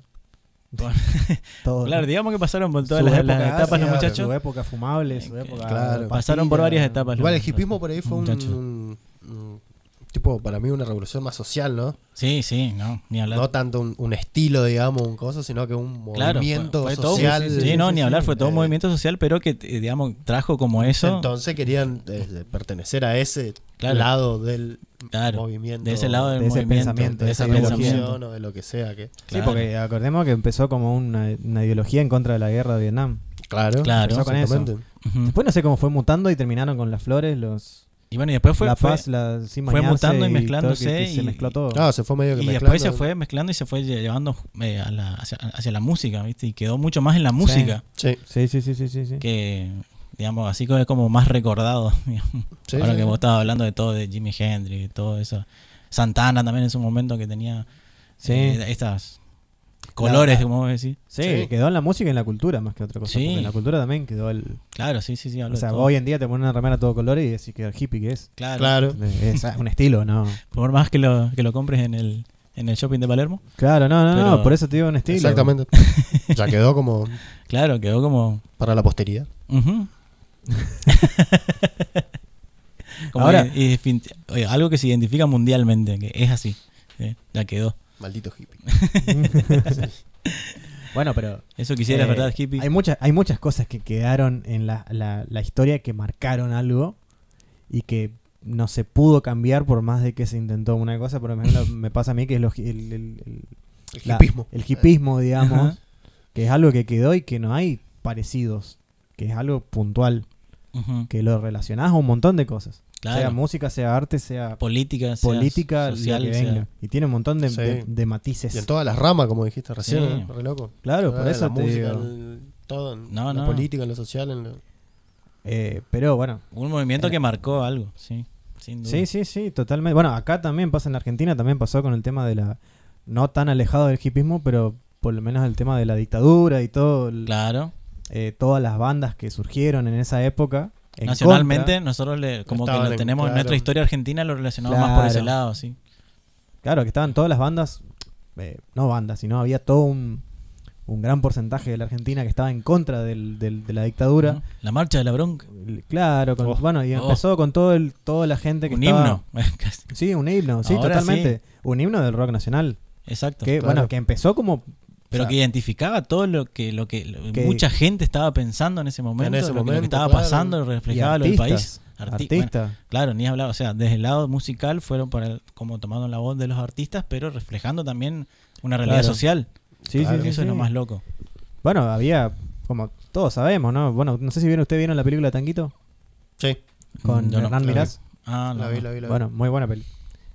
Speaker 3: Todo.
Speaker 1: Todo.
Speaker 3: claro, digamos que pasaron por todas
Speaker 1: Su
Speaker 3: las, las
Speaker 1: época
Speaker 3: etapas los
Speaker 1: ácida,
Speaker 3: muchachos.
Speaker 1: Su época fumable, su
Speaker 3: Eh,
Speaker 1: época.
Speaker 2: claro.
Speaker 3: Pasaron por varias etapas. los-
Speaker 2: Igual el hipismo por ahí fue un,
Speaker 3: Muchacho.
Speaker 2: un- un- Tipo, para mí, una revolución más social, ¿no?
Speaker 3: Sí, sí, no, ni hablar.
Speaker 2: No tanto un, un estilo, digamos, un cosa, sino que un
Speaker 3: Claro,
Speaker 2: movimiento
Speaker 3: fue- fue todo-
Speaker 2: social.
Speaker 1: Sí,
Speaker 3: Sí, no, ni hablar, fue todo un movimiento social, pero que, eh, digamos, trajo como eso.
Speaker 2: Eh, Entonces querían eh, pertenecer a ese
Speaker 3: Claro.
Speaker 2: lado del
Speaker 3: Claro,
Speaker 2: movimiento.
Speaker 3: de ese lado del
Speaker 1: de ese
Speaker 3: movimiento,
Speaker 1: pensamiento,
Speaker 3: de
Speaker 2: de esa
Speaker 3: ese
Speaker 1: ideología.
Speaker 2: revolución
Speaker 3: pensamiento.
Speaker 2: o de lo que sea. que
Speaker 1: Sí,
Speaker 3: Claro.
Speaker 1: porque acordemos que empezó como una, una ideología en contra de la guerra de Vietnam.
Speaker 2: Claro,
Speaker 3: Claro.
Speaker 1: Empezó con eso.
Speaker 2: exactamente.
Speaker 3: Ujú.
Speaker 1: Después no sé cómo fue mutando y terminaron con las flores, los
Speaker 3: Y bueno, y después fue,
Speaker 1: la
Speaker 3: fue-
Speaker 1: paz, la sin
Speaker 3: fue
Speaker 1: bañarse
Speaker 3: mutando y
Speaker 1: todo, que-
Speaker 3: mezclándose
Speaker 1: que se
Speaker 3: y-
Speaker 1: mezcló todo.
Speaker 2: Claro, se fue medio que
Speaker 3: y
Speaker 2: mezclando.
Speaker 3: después se fue mezclando y se fue lle- llevando eh, a la- hacia, hacia la música, ¿viste? Y quedó mucho más en la música,
Speaker 2: Sí,
Speaker 1: Sí, sí, sí, sí, sí, sí.
Speaker 3: que, digamos, así como es como más recordado. digamos.
Speaker 2: sí,
Speaker 3: Ahora
Speaker 2: sí,
Speaker 3: que
Speaker 2: sí.
Speaker 3: vos estabas hablando de todo, de Jimi Hendrix, de todo eso. Santana también en su momento que tenía
Speaker 1: Sí.
Speaker 3: eh, estas colores,
Speaker 1: La-
Speaker 3: como vos decís.
Speaker 1: Sí,
Speaker 2: Sí.
Speaker 1: quedó en la música y en la cultura más que otra cosa.
Speaker 3: Sí.
Speaker 1: porque en la cultura también quedó el.
Speaker 3: Claro, sí, sí, sí. hablo
Speaker 1: O
Speaker 3: de
Speaker 1: sea,
Speaker 3: todo.
Speaker 1: hoy en día te ponen una remera a todo color y decís que el hippie que es. Eh,
Speaker 3: Claro.
Speaker 2: Claro.
Speaker 1: Es ah, un estilo, ¿no?
Speaker 3: Por más que lo, que lo compres en el, en el shopping de Palermo.
Speaker 1: Claro, no, no, no.
Speaker 3: Pero-
Speaker 1: Por eso te digo un estilo.
Speaker 2: Exactamente. ya quedó como
Speaker 3: Claro, quedó como.
Speaker 2: para la posteridad.
Speaker 3: ujú. Como
Speaker 1: Ahora-
Speaker 3: que- y defin- oye, algo que se identifica mundialmente, que es así. ¿sí? Ya quedó.
Speaker 2: Maldito hippie.
Speaker 1: Bueno, pero.
Speaker 3: Eso quisiera,
Speaker 1: eh,
Speaker 3: ¿verdad, hippie?
Speaker 1: Hay muchas, hay muchas cosas que quedaron en la, la- la historia que marcaron algo y que no se pudo cambiar por más de que se intentó una cosa. Por ejemplo, me pasa a mí que es los- el- el- el,
Speaker 2: El
Speaker 1: la-
Speaker 2: hipismo.
Speaker 1: el hipismo, digamos.
Speaker 3: Ajá.
Speaker 1: Que es algo que quedó y que no hay parecidos. Que es algo puntual.
Speaker 3: Ujú,
Speaker 1: Que lo relacionás a un montón de cosas.
Speaker 3: Claro.
Speaker 1: Sea música, sea arte, sea
Speaker 3: política, sea
Speaker 1: política,
Speaker 3: social,
Speaker 1: lo que
Speaker 3: sea-
Speaker 1: venga. Y tiene un montón de,
Speaker 2: Sí.
Speaker 1: de- de matices.
Speaker 2: Y en todas las ramas, como dijiste recién,
Speaker 3: Sí.
Speaker 2: ¿eh? re loco.
Speaker 1: claro, por
Speaker 2: Ah,
Speaker 1: eso
Speaker 2: la
Speaker 1: te
Speaker 2: música,
Speaker 1: digo.
Speaker 2: el- todo, en
Speaker 3: No,
Speaker 2: la
Speaker 3: no.
Speaker 2: política, en lo social, en lo-
Speaker 1: Eh, pero bueno.
Speaker 3: Un movimiento que marcó algo, sí. Sin duda.
Speaker 1: Sí, sí, sí, totalmente. Bueno, acá también pasa en la Argentina, también pasó con el tema de la... No tan alejado del hipismo, pero por lo menos el tema de la dictadura y todo, el-
Speaker 3: Claro.
Speaker 1: eh, todas las bandas que surgieron en esa época. en
Speaker 3: Nacionalmente,
Speaker 1: contra.
Speaker 3: nosotros le, como que
Speaker 2: Estaban
Speaker 3: lo
Speaker 2: en-
Speaker 3: tenemos en
Speaker 2: claro.
Speaker 3: nuestra historia argentina, lo relacionamos más por ese
Speaker 1: Claro.
Speaker 3: lado, sí.
Speaker 1: Claro, que estaban todas las bandas, eh, no bandas, sino había todo un, un gran porcentaje de la Argentina que estaba en contra del- del- de la dictadura.
Speaker 3: Ujú. La marcha de la bronca.
Speaker 1: El- Claro, con-
Speaker 3: Oh,
Speaker 1: bueno, y
Speaker 3: oh.
Speaker 1: empezó con todo el, toda la gente que
Speaker 3: Un
Speaker 1: estaba...
Speaker 3: himno. Casi.
Speaker 1: Sí, un himno, sí,
Speaker 3: Ahora
Speaker 1: totalmente. Un himno del rock nacional.
Speaker 3: Exacto.
Speaker 1: Que,
Speaker 2: Claro.
Speaker 1: bueno, que empezó como...
Speaker 3: Pero
Speaker 1: o sea,
Speaker 3: que identificaba todo lo que, lo que lo-
Speaker 1: Que-
Speaker 3: mucha gente estaba pensando en ese momento,
Speaker 2: ese
Speaker 3: lo, que- lo
Speaker 2: momento,
Speaker 3: que estaba
Speaker 2: claro.
Speaker 3: pasando,
Speaker 1: y
Speaker 3: reflejaba lo del país.
Speaker 1: artistas,
Speaker 3: Arti- bueno,
Speaker 1: artistas.
Speaker 3: claro, ni hablaba. O sea, desde el lado musical fueron para el- como tomando la voz de los artistas, pero reflejando también una realidad
Speaker 1: Claro.
Speaker 3: social.
Speaker 1: Sí,
Speaker 2: Claro.
Speaker 1: sí, sí,
Speaker 3: Eso es
Speaker 1: sí.
Speaker 3: lo más loco.
Speaker 1: Bueno, había, como todos sabemos, ¿no? Bueno, no sé si vieron, ustedes vieron la película Tanguito
Speaker 2: Sí,
Speaker 1: con
Speaker 3: Mm, yo no.
Speaker 1: Hernán
Speaker 2: La vi.
Speaker 1: Mirás.
Speaker 3: Ah, no.
Speaker 2: la vi, la vi, la vi.
Speaker 1: Bueno, muy buena peli.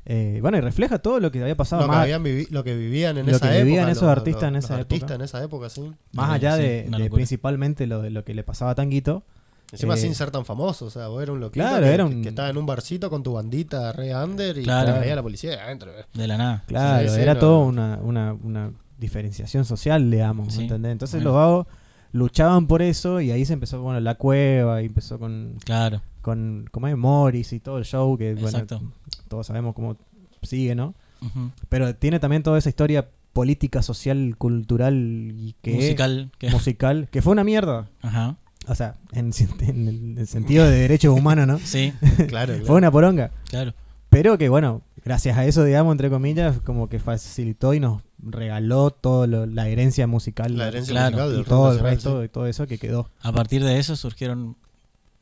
Speaker 1: Eh, bueno, y refleja todo lo que había pasado
Speaker 2: lo, que
Speaker 1: más,
Speaker 2: habían vivi- lo que vivían en
Speaker 1: lo
Speaker 2: esa
Speaker 1: que
Speaker 2: época.
Speaker 1: vivían esos
Speaker 2: los-
Speaker 1: artistas en
Speaker 2: los
Speaker 1: esa
Speaker 2: artistas
Speaker 1: época.
Speaker 2: en esa época, sí.
Speaker 1: más
Speaker 3: Sí,
Speaker 1: allá
Speaker 3: sí,
Speaker 1: de,
Speaker 3: una
Speaker 1: de
Speaker 3: locura.
Speaker 1: principalmente lo, de lo que le pasaba a Tanguito.
Speaker 2: Encima
Speaker 1: Eh,
Speaker 2: sin ser tan famoso, o sea, vos eras un loquito
Speaker 1: Claro,
Speaker 2: que,
Speaker 1: era un-
Speaker 2: que estaba en un barcito con tu bandita re under y
Speaker 3: Claro.
Speaker 2: te veía la policía de adentro. eh.
Speaker 3: De la nada.
Speaker 1: Claro,
Speaker 2: Sí, sí,
Speaker 1: era
Speaker 2: no.
Speaker 1: todo una, una, una diferenciación social, digamos,
Speaker 3: Sí.
Speaker 1: ¿entendés? Entonces
Speaker 3: Bueno.
Speaker 1: los vagos luchaban por eso y ahí se empezó, bueno, la cueva y empezó con,
Speaker 3: Claro,
Speaker 1: con ¿cómo es? Morris y todo el show que, Eh, bueno,
Speaker 3: exacto.
Speaker 1: todos sabemos cómo sigue, ¿no?
Speaker 3: Ujú.
Speaker 1: Pero tiene también toda esa historia política, social, cultural y que
Speaker 3: Musical. que-
Speaker 1: musical, que fue una mierda.
Speaker 3: Ajá.
Speaker 1: O sea, en, en el, en el sentido de derechos humanos, ¿no?
Speaker 3: Sí,
Speaker 2: Claro,
Speaker 1: Fue
Speaker 2: claro.
Speaker 1: una poronga.
Speaker 3: claro.
Speaker 1: Pero que bueno, gracias a eso, digamos, entre comillas, como que facilitó y nos regaló toda la herencia musical
Speaker 2: la herencia
Speaker 3: Claro.
Speaker 2: musical del
Speaker 1: y
Speaker 2: rock
Speaker 1: todo el
Speaker 2: nacional,
Speaker 1: resto y todo eso que quedó.
Speaker 3: A partir de eso surgieron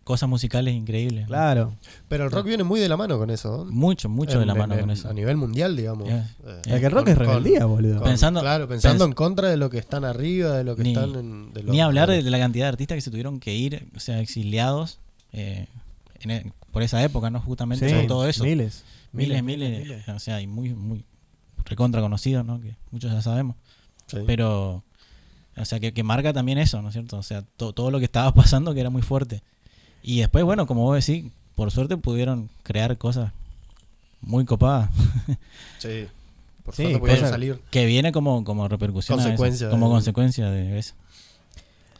Speaker 3: cosas musicales increíbles. ¿no?
Speaker 1: Claro. Eh,
Speaker 2: sí. Pero el rock viene muy de la mano con eso. ¿no?
Speaker 3: Mucho, mucho de
Speaker 2: En-
Speaker 3: la
Speaker 2: en-
Speaker 3: mano
Speaker 2: en-
Speaker 3: con eso.
Speaker 2: A nivel mundial, digamos.
Speaker 3: Yeah.
Speaker 2: Eh,
Speaker 1: O sea, que el rock
Speaker 2: con-
Speaker 1: es rebeldía, boludo.
Speaker 2: con-
Speaker 3: Pensando-
Speaker 2: claro, pensando
Speaker 3: pens-
Speaker 2: en contra de lo que están arriba, de lo que
Speaker 3: Ni-
Speaker 2: están en. de lo-
Speaker 3: Ni hablar de la cantidad de artistas que se tuvieron que ir, o sea, exiliados eh, en e- por esa época, ¿no? Justamente
Speaker 1: Sí,
Speaker 3: por todo eso. Miles,
Speaker 1: Miles.
Speaker 3: miles, O sea, y muy, muy recontra conocidos, ¿no? Que muchos ya sabemos.
Speaker 2: Sí.
Speaker 3: Pero, o sea, que, que marca también eso, ¿no es cierto? O sea, to- todo lo que estaba pasando que era muy fuerte. Y después, bueno, como vos decís, por suerte pudieron crear cosas muy copadas.
Speaker 2: Sí. Por
Speaker 1: Sí,
Speaker 2: suerte pudieron
Speaker 1: cosa-
Speaker 2: salir.
Speaker 3: que viene como, como repercusión. a eso,
Speaker 2: Consecuencia de-
Speaker 3: como consecuencia de eso.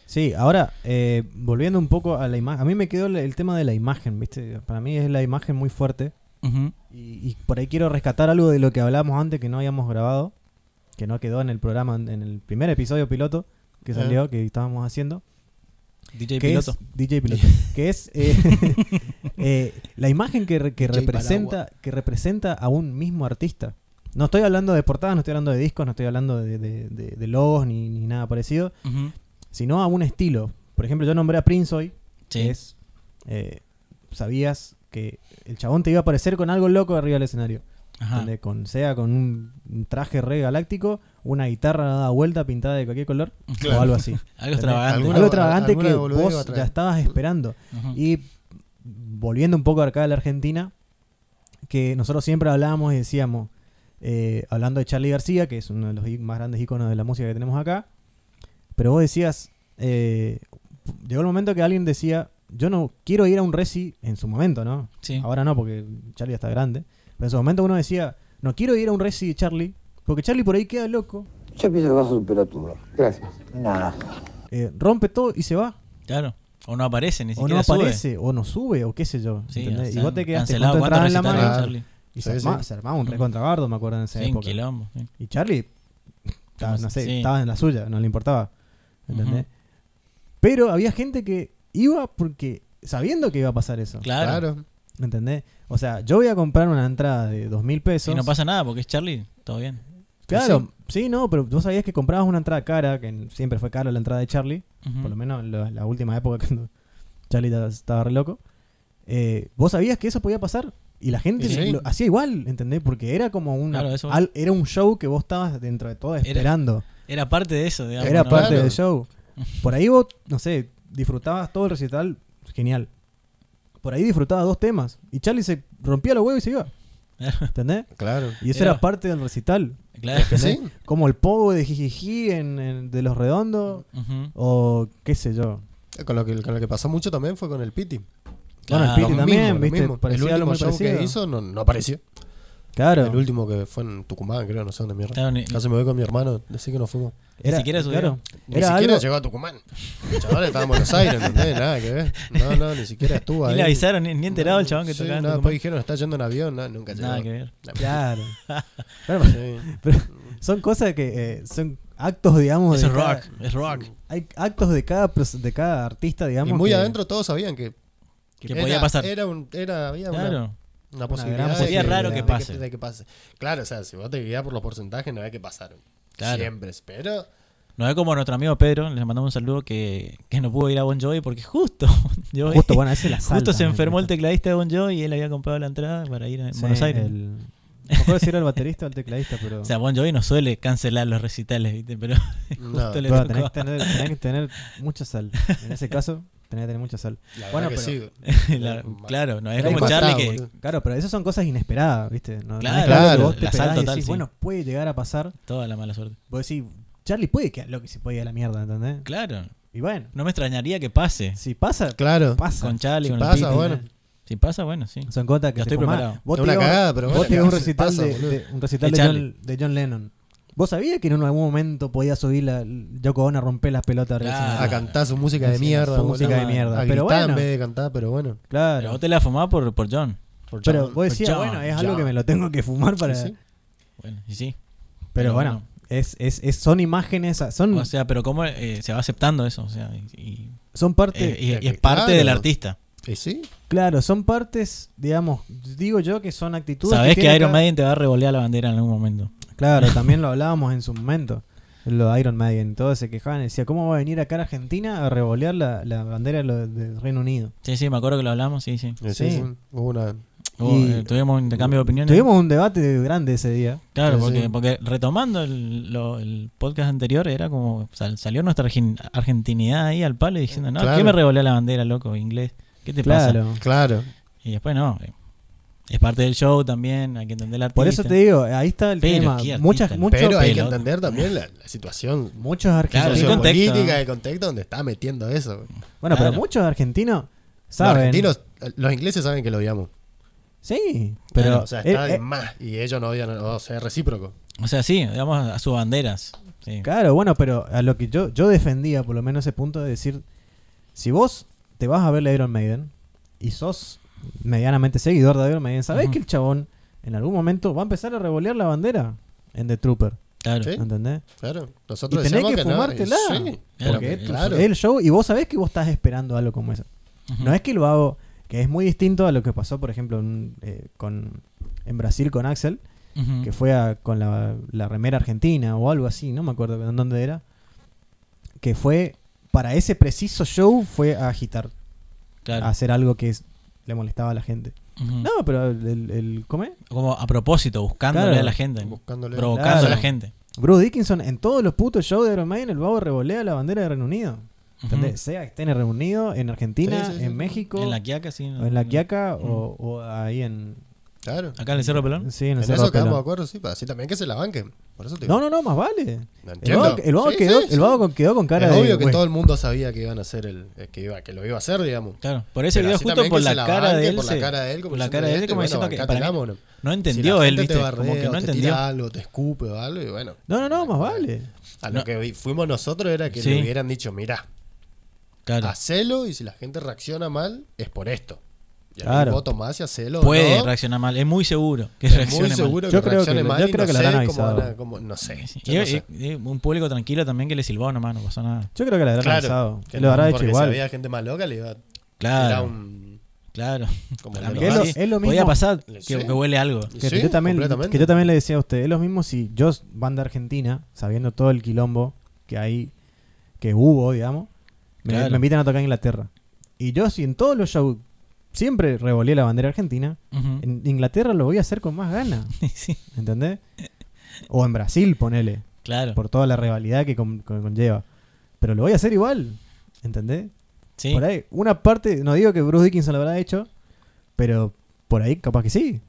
Speaker 1: Sí, ahora, eh, volviendo un poco a la imagen. A mí me quedó el, el tema de la imagen, ¿viste? Para mí es la imagen muy fuerte.
Speaker 3: Ujú.
Speaker 1: Y, y por ahí quiero rescatar algo de lo que hablábamos antes que no habíamos grabado, que no quedó en el programa, en en el primer episodio piloto que
Speaker 2: Ah.
Speaker 1: salió, que estábamos haciendo.
Speaker 3: DJ
Speaker 1: que
Speaker 3: Piloto.
Speaker 1: Es DJ Piloto. que es eh, eh, la imagen que, re- que
Speaker 2: DJ
Speaker 1: representa, que representa a un mismo artista. No estoy hablando de portadas, no estoy hablando de discos, no estoy hablando de, de- de- de logos ni, ni nada parecido,
Speaker 3: Ujú.
Speaker 1: sino a un estilo. Por ejemplo, yo nombré a Prince hoy,
Speaker 3: Sí.
Speaker 1: que es, eh, sabías que el chabón te iba a aparecer con algo loco arriba del escenario.
Speaker 3: Ajá.
Speaker 1: ¿entendés? Con, sea con un un traje re galáctico, una guitarra dada vuelta pintada de cualquier color o
Speaker 2: Claro.
Speaker 1: algo así.
Speaker 3: Algo
Speaker 1: ¿entendés?
Speaker 3: extravagante.
Speaker 2: Alguna-
Speaker 1: Algo extravagante
Speaker 2: alguna
Speaker 1: que
Speaker 2: boludez iba a
Speaker 1: vos
Speaker 2: traer.
Speaker 1: ya estabas esperando.
Speaker 3: Ujú.
Speaker 1: Y volviendo un poco acá a la Argentina, que nosotros siempre hablábamos y decíamos, eh, hablando de Charlie García, que es uno de los i- más grandes iconos de la música que tenemos acá, pero vos decías, eh, llegó el momento que alguien decía, yo no quiero ir a un reci en su momento, ¿no?
Speaker 3: Sí.
Speaker 1: Ahora no, porque Charlie ya está grande. Pero en su momento uno decía, no quiero ir a un reci de Charlie, Porque Charlie por ahí queda loco,
Speaker 5: Yo pienso que vas a superar tu dolor. Gracias. Nada.
Speaker 1: eh, rompe todo y se va.
Speaker 3: Claro. O no aparece,
Speaker 1: o
Speaker 3: ni
Speaker 1: no
Speaker 3: siquiera sube.
Speaker 1: aparece, o no sube, o qué sé yo.
Speaker 3: Sí,
Speaker 1: ¿entendés?
Speaker 3: o sea,
Speaker 1: y vos te quedaste con
Speaker 3: cancelado
Speaker 1: tu entrada en la
Speaker 3: cuatro
Speaker 1: mano.
Speaker 3: recitales,
Speaker 2: Claro.
Speaker 3: Charlie.
Speaker 1: Y se,
Speaker 2: Sí,
Speaker 1: arma-
Speaker 2: sí.
Speaker 1: se armaba un recontrabardo, me acuerdo, en esa
Speaker 3: Sí, un
Speaker 1: época.
Speaker 3: quilombo, sí.
Speaker 1: Y Charlie, estaba, no sé,
Speaker 3: Sí.
Speaker 1: estaba en la suya, no le importaba. ¿Entendés?
Speaker 3: Ujú.
Speaker 1: Pero había gente que iba porque sabiendo que iba a pasar eso.
Speaker 3: Claro.
Speaker 2: Claro.
Speaker 1: ¿Entendés? O sea, yo voy a comprar una entrada de dos mil pesos.
Speaker 3: Si no pasa nada, porque es Charlie, todo bien.
Speaker 1: Claro, sí. no, pero vos sabías que comprabas una entrada cara, que en- siempre fue cara la entrada de Charlie,
Speaker 3: Ujú.
Speaker 1: por lo menos la, la última época cuando Charlie ta- estaba re loco. Eh, vos sabías que eso podía pasar y la gente
Speaker 2: Sí.
Speaker 1: lo hacía igual, ¿entendés? Porque era como una,
Speaker 3: Claro, eso-
Speaker 1: al- era un show que vos estabas dentro de todo esperando.
Speaker 3: Era parte de eso, digamos.
Speaker 1: Era
Speaker 3: ¿no?
Speaker 1: parte
Speaker 2: Claro.
Speaker 1: del show. Por ahí vos, no sé, disfrutabas todo el recital, genial. Por ahí disfrutabas dos temas. Y Charlie se rompía los huevos y se iba. ¿Entendés?
Speaker 2: Claro.
Speaker 1: Y eso
Speaker 3: Era-
Speaker 1: era, parte del recital.
Speaker 3: Claro.
Speaker 1: ¿entendés?
Speaker 2: Sí.
Speaker 1: Como el pogo de Jijiji en, en- de los redondos.
Speaker 3: Ujú.
Speaker 1: O qué sé yo.
Speaker 2: Con lo, que, con lo que pasó mucho también fue con el Piti.
Speaker 1: Bueno, el
Speaker 3: Claro.
Speaker 1: Piti
Speaker 2: Ah, Lo
Speaker 1: también,
Speaker 2: mismo, lo
Speaker 1: ¿viste?
Speaker 2: mismo.
Speaker 1: Parecía
Speaker 2: el último
Speaker 1: algo muy
Speaker 2: show
Speaker 1: parecido.
Speaker 2: que hizo no, no apareció.
Speaker 1: Claro.
Speaker 2: El último que fue en Tucumán, creo, no sé dónde mierda.
Speaker 3: Claro, ni-
Speaker 2: Casi me voy con mi hermano, decir que nos fuimos.
Speaker 3: ni siquiera subió.
Speaker 1: claro,
Speaker 2: Ni
Speaker 1: era
Speaker 2: siquiera
Speaker 1: algo-
Speaker 2: llegó a Tucumán. El chabón estaba en Buenos Aires, ¿entendés? Nada que ver. No, no, ni siquiera estuvo ahí.
Speaker 3: Ni le avisaron, ni, ni enterado el chabón que
Speaker 2: sí,
Speaker 3: tocaba. en
Speaker 2: nada,
Speaker 3: Tucumán.
Speaker 2: después dijeron, está yendo en avión, no, nunca llegó.
Speaker 3: Nada que ver.
Speaker 1: Claro. Pero-
Speaker 2: Sí.
Speaker 1: pero son cosas que eh, son actos, digamos.
Speaker 3: Es
Speaker 1: de cada-
Speaker 3: rock, es rock.
Speaker 1: Hay actos de cada, pers- de cada artista, digamos.
Speaker 2: Y muy
Speaker 1: que-
Speaker 2: adentro todos sabían que,
Speaker 3: Que
Speaker 2: era-
Speaker 3: podía pasar.
Speaker 2: Era un, era, había una-
Speaker 3: Claro.
Speaker 2: una, posibilidad.
Speaker 1: gran
Speaker 2: de
Speaker 1: Sería raro
Speaker 2: de
Speaker 1: que
Speaker 3: pase.
Speaker 2: de que pase. Claro, o sea, si vos te guías por los porcentajes, no hay que pasar.
Speaker 3: Claro.
Speaker 2: Siempre, pero
Speaker 3: No es como nuestro amigo Pedro, le mandamos un saludo que, que no pudo ir a Bon Jovi porque justo, Bon Jovi-
Speaker 1: Justo, bueno, ese la
Speaker 3: justo
Speaker 1: salta,
Speaker 3: se
Speaker 1: ¿no?
Speaker 3: enfermó el tecladista de Bon Jovi y él había comprado la entrada para ir a
Speaker 1: Sí,
Speaker 3: Buenos Aires.
Speaker 1: el- no me acuerdo si era el baterista o el tecladista, pero.
Speaker 3: O sea, Bon Jovi no suele cancelar los recitales, ¿viste? Pero
Speaker 2: No.
Speaker 3: justo le
Speaker 1: Pero tenés que,
Speaker 3: tocó.
Speaker 1: tener, tenés que tener mucha sal. En ese caso, tenés que tener mucha sal.
Speaker 2: la
Speaker 1: Bueno,
Speaker 2: verdad que
Speaker 1: pero-
Speaker 2: sí.
Speaker 3: La-
Speaker 2: Ma-
Speaker 3: claro, no es
Speaker 2: la
Speaker 3: como
Speaker 2: he
Speaker 3: Charlie
Speaker 2: matado,
Speaker 3: que...
Speaker 2: boludo.
Speaker 1: Claro, pero esas son cosas inesperadas, ¿viste? No- No, es
Speaker 3: Claro,
Speaker 1: algo que
Speaker 2: claro,
Speaker 1: vos te
Speaker 3: la sal
Speaker 1: esperás y
Speaker 3: total,
Speaker 1: decís,
Speaker 3: sí.
Speaker 1: bueno, puede llegar a pasar.
Speaker 3: Toda la mala suerte.
Speaker 1: Vos decís, Charlie puede que lo que se puede ir a la mierda, ¿entendés?
Speaker 3: Claro,
Speaker 1: Y bueno,
Speaker 3: no me extrañaría que pase.
Speaker 1: si pasa,
Speaker 2: Claro.
Speaker 1: pasa.
Speaker 3: Con Charlie,
Speaker 1: Si
Speaker 3: con el
Speaker 2: pasa,
Speaker 3: Piti.
Speaker 2: bueno.
Speaker 3: Si pasa, bueno, sí.
Speaker 1: Son cosas que
Speaker 3: Ya
Speaker 1: te
Speaker 3: estoy
Speaker 1: fumás.
Speaker 3: preparado.
Speaker 1: Vos
Speaker 2: Es una
Speaker 1: te ibas-
Speaker 2: cagada, pero
Speaker 1: vos
Speaker 2: bueno,
Speaker 1: te ibas a un
Speaker 2: se
Speaker 1: recital,
Speaker 2: pasa,
Speaker 1: de,
Speaker 2: boludo.
Speaker 1: de- un recital
Speaker 3: De
Speaker 1: de,
Speaker 3: Charlie.
Speaker 1: John, de John Lennon. ¿Vos sabías que en algún momento podía subir la Yoko Ono a romper las pelotas arriba del
Speaker 3: Claro.
Speaker 1: escenario?
Speaker 2: A cantar su música de
Speaker 1: Sí,
Speaker 2: mierda.
Speaker 1: su
Speaker 2: boludo.
Speaker 1: música de
Speaker 2: A
Speaker 1: mierda. Pero
Speaker 2: gritar en
Speaker 1: bueno.
Speaker 2: vez de cantar, pero bueno.
Speaker 3: Pero
Speaker 1: Claro.
Speaker 3: vos te la fumás por, por John.
Speaker 2: Por
Speaker 1: Pero
Speaker 2: chabón.
Speaker 1: vos decías,
Speaker 3: John,
Speaker 1: bueno, es algo
Speaker 2: John.
Speaker 1: que me lo tengo que fumar para.
Speaker 2: Sí, sí.
Speaker 3: Bueno, y sí.
Speaker 1: Pero bueno, es, es, es- son imágenes, son,
Speaker 3: O sea, pero cómo eh, se va aceptando eso, o sea, y, y-
Speaker 1: son
Speaker 3: eh,
Speaker 1: partes,
Speaker 3: y-
Speaker 2: eh,
Speaker 3: y es
Speaker 2: claro.
Speaker 3: parte del artista.
Speaker 2: Y sí,
Speaker 1: claro, son partes, digamos, digo yo que son actitudes.
Speaker 3: Sabés que,
Speaker 1: tiene
Speaker 3: Iron
Speaker 1: cada-
Speaker 3: Maiden te va a revolear la bandera en algún momento.
Speaker 1: Claro, también lo hablábamos en su momento, lo de Iron Maiden, todos se quejaban, decía, ¿cómo va a venir acá a Argentina a revolear la, la bandera de lo- del Reino Unido?
Speaker 3: Sí, sí, me acuerdo que lo hablamos, sí, sí.
Speaker 2: y sí,
Speaker 1: Sí.
Speaker 2: sí. Hubo una.
Speaker 3: Hubo,
Speaker 1: Y-
Speaker 3: eh, tuvimos un intercambio de opiniones.
Speaker 1: Tuvimos un debate grande ese día.
Speaker 3: Claro,
Speaker 2: Sí,
Speaker 3: porque,
Speaker 2: sí.
Speaker 3: porque retomando el, lo- el podcast anterior, era como sal- salió nuestra argen- argentinidad ahí al palo y diciendo, no,
Speaker 2: Claro.
Speaker 3: ¿qué me revolea la bandera, loco, inglés? ¿Qué te pasa?
Speaker 1: Claro.
Speaker 2: Claro.
Speaker 3: Y después no, eh, es parte del show también, hay que entender el artista.
Speaker 1: Por eso te digo, ahí está el
Speaker 3: Pero,
Speaker 1: tema.
Speaker 3: qué artista,
Speaker 1: Muchas,
Speaker 3: el
Speaker 1: muchos,
Speaker 2: Pero hay que
Speaker 3: pelota.
Speaker 2: entender también la, la situación
Speaker 1: muchos
Speaker 3: Claro,
Speaker 1: argentinos.
Speaker 3: el
Speaker 2: sociopolítica,
Speaker 3: contexto, ¿no?
Speaker 2: el contexto donde está metiendo eso. güey.
Speaker 1: bueno,
Speaker 3: claro.
Speaker 1: pero muchos argentinos
Speaker 2: Los
Speaker 1: saben.
Speaker 2: argentinos, los ingleses saben que lo odiamos.
Speaker 1: Sí, pero
Speaker 2: o sea,
Speaker 1: eh,
Speaker 2: está de
Speaker 1: eh,
Speaker 2: más. Y ellos no odian, o sea, es recíproco.
Speaker 3: O sea, sí, digamos a sus banderas. sí.
Speaker 1: Claro, bueno, pero a lo que yo, yo defendía, por lo menos ese punto de decir, si vos te vas a ver la Iron Maiden y sos medianamente seguidor de Iron Maiden, sabés
Speaker 3: Ujú.
Speaker 1: que el chabón en algún momento va a empezar a revolear la bandera en The Trooper,
Speaker 3: Claro.
Speaker 2: Sí.
Speaker 1: ¿entendés?
Speaker 2: Claro. Nosotros
Speaker 1: Y tenés
Speaker 2: decíamos
Speaker 1: que
Speaker 2: no, y
Speaker 1: fumártela.
Speaker 2: sí,
Speaker 3: Claro,
Speaker 1: Porque
Speaker 3: pero-
Speaker 1: es tu-
Speaker 2: claro.
Speaker 1: es el show y vos sabés que vos estás esperando algo como eso.
Speaker 3: Ujú.
Speaker 1: No es que lo hago, que es muy distinto a lo que pasó, por ejemplo, en, eh, con, en Brasil con Axel,
Speaker 3: Ujú.
Speaker 1: que fue a- con la, la remera argentina o algo así, no me acuerdo en dónde era, que fue para ese preciso show fue a agitar,
Speaker 3: Claro.
Speaker 1: a hacer algo que es- le molestaba a la gente.
Speaker 3: Ujú.
Speaker 1: No, pero el, el, el- ¿cómo es?
Speaker 3: Como a propósito, buscándole
Speaker 1: Claro.
Speaker 3: a la gente,
Speaker 2: Buscándole.
Speaker 3: provocando a la
Speaker 1: Claro.
Speaker 3: gente.
Speaker 1: Bruce Dickinson en todos los putos shows de Iron Maiden el babo revolea la bandera de Reino Unido. ¿Entendés?
Speaker 3: Ujú.
Speaker 1: Sea que esté en el Reino Unido, en Argentina,
Speaker 2: Sí, sí, sí.
Speaker 1: en México,
Speaker 3: En la quiaca, sí.
Speaker 1: o en la Quiaca o, o ahí en,
Speaker 2: Claro.
Speaker 3: Acá en el Cerro Pelón.
Speaker 1: Sí, en
Speaker 2: En
Speaker 1: el Cerro
Speaker 2: eso quedamos de
Speaker 1: Pelón.
Speaker 2: acuerdo, sí, pero así también que se la banquen. Por eso te
Speaker 1: No, no, no, más vale.
Speaker 2: No
Speaker 1: El
Speaker 2: entiendo.
Speaker 1: vago, el vago
Speaker 2: Sí,
Speaker 1: quedó,
Speaker 2: sí,
Speaker 1: el vago con- quedó con cara
Speaker 2: es
Speaker 1: de.
Speaker 2: obvio que
Speaker 1: "Güey".
Speaker 2: todo el mundo sabía que iban a hacer el eh, que iba que lo iba a hacer, digamos.
Speaker 3: Claro, por ese
Speaker 2: Pero
Speaker 3: video
Speaker 2: así
Speaker 3: justo
Speaker 2: también
Speaker 3: por
Speaker 2: que
Speaker 3: la,
Speaker 2: se la
Speaker 3: cara
Speaker 2: banque,
Speaker 3: de él,
Speaker 2: por la
Speaker 3: se-
Speaker 2: cara de él, como
Speaker 3: por la
Speaker 2: diciendo,
Speaker 3: cara de él
Speaker 2: "Este,
Speaker 3: como
Speaker 2: bueno,
Speaker 3: diciendo que
Speaker 2: bancate
Speaker 3: para
Speaker 2: la
Speaker 3: mí
Speaker 2: mano".
Speaker 3: no
Speaker 2: Si
Speaker 3: entendió
Speaker 2: la
Speaker 3: él,
Speaker 2: gente
Speaker 3: viste,
Speaker 2: te bardea
Speaker 3: como que
Speaker 2: o
Speaker 3: no
Speaker 2: te
Speaker 3: entendió.
Speaker 2: tira algo, te escupe o algo y bueno.
Speaker 1: No, no, no, más vale.
Speaker 2: A lo
Speaker 3: No.
Speaker 2: que vi- fuimos nosotros era que
Speaker 3: Sí.
Speaker 2: le hubieran dicho, mirá,
Speaker 3: Claro.
Speaker 2: hacelo y si la gente reacciona mal es por esto. Y ahí
Speaker 1: Claro.
Speaker 2: vos tomás y hacelo.
Speaker 3: Puede
Speaker 2: ¿no?
Speaker 3: reaccionar mal, es muy seguro que
Speaker 2: Es
Speaker 3: reaccione
Speaker 2: muy
Speaker 3: mal.
Speaker 2: seguro
Speaker 1: Yo
Speaker 2: que
Speaker 1: creo que
Speaker 2: reaccione
Speaker 1: lo-
Speaker 2: mal
Speaker 1: yo
Speaker 2: y
Speaker 1: creo
Speaker 2: no
Speaker 1: que lo habrán
Speaker 2: sé cómo
Speaker 1: avisado.
Speaker 2: van a- cómo- no sé.
Speaker 3: Sí,
Speaker 2: yo
Speaker 3: y-
Speaker 2: no sé.
Speaker 3: y- y un público tranquilo también que le silbó nomás, no pasó nada.
Speaker 1: Yo creo que la habrá
Speaker 2: Claro,
Speaker 1: lanzado.
Speaker 2: que
Speaker 1: Lo
Speaker 2: no,
Speaker 1: habrá hecho
Speaker 2: porque
Speaker 1: igual.
Speaker 2: Si había gente más loca, le iba a tirar
Speaker 3: Claro,
Speaker 2: un.
Speaker 3: claro.
Speaker 2: como
Speaker 3: Para
Speaker 2: el
Speaker 3: mí
Speaker 1: que es lo-
Speaker 3: sí,
Speaker 1: es lo
Speaker 3: Podía
Speaker 1: mismo.
Speaker 3: pasar que,
Speaker 2: Sí.
Speaker 3: que huele algo.
Speaker 1: Que
Speaker 2: Sí,
Speaker 1: yo también,
Speaker 2: completamente.
Speaker 1: que yo también le decía a usted, es lo mismo si yo, banda argentina, sabiendo todo el quilombo que hay, que hubo, digamos, me,
Speaker 3: Claro.
Speaker 1: me invitan a tocar en Inglaterra. Y yo, si en todos los shows siempre revolé la bandera argentina,
Speaker 3: Ujú.
Speaker 1: en Inglaterra lo voy a hacer con más ganas,
Speaker 3: Sí,
Speaker 1: ¿entendés? O en Brasil, ponele,
Speaker 3: claro.
Speaker 1: por toda la rivalidad que con- con- conlleva. Pero lo voy a hacer igual, ¿entendés?
Speaker 3: Sí.
Speaker 1: Por ahí, una parte, no digo que Bruce Dickinson lo habrá hecho, pero por ahí capaz que sí.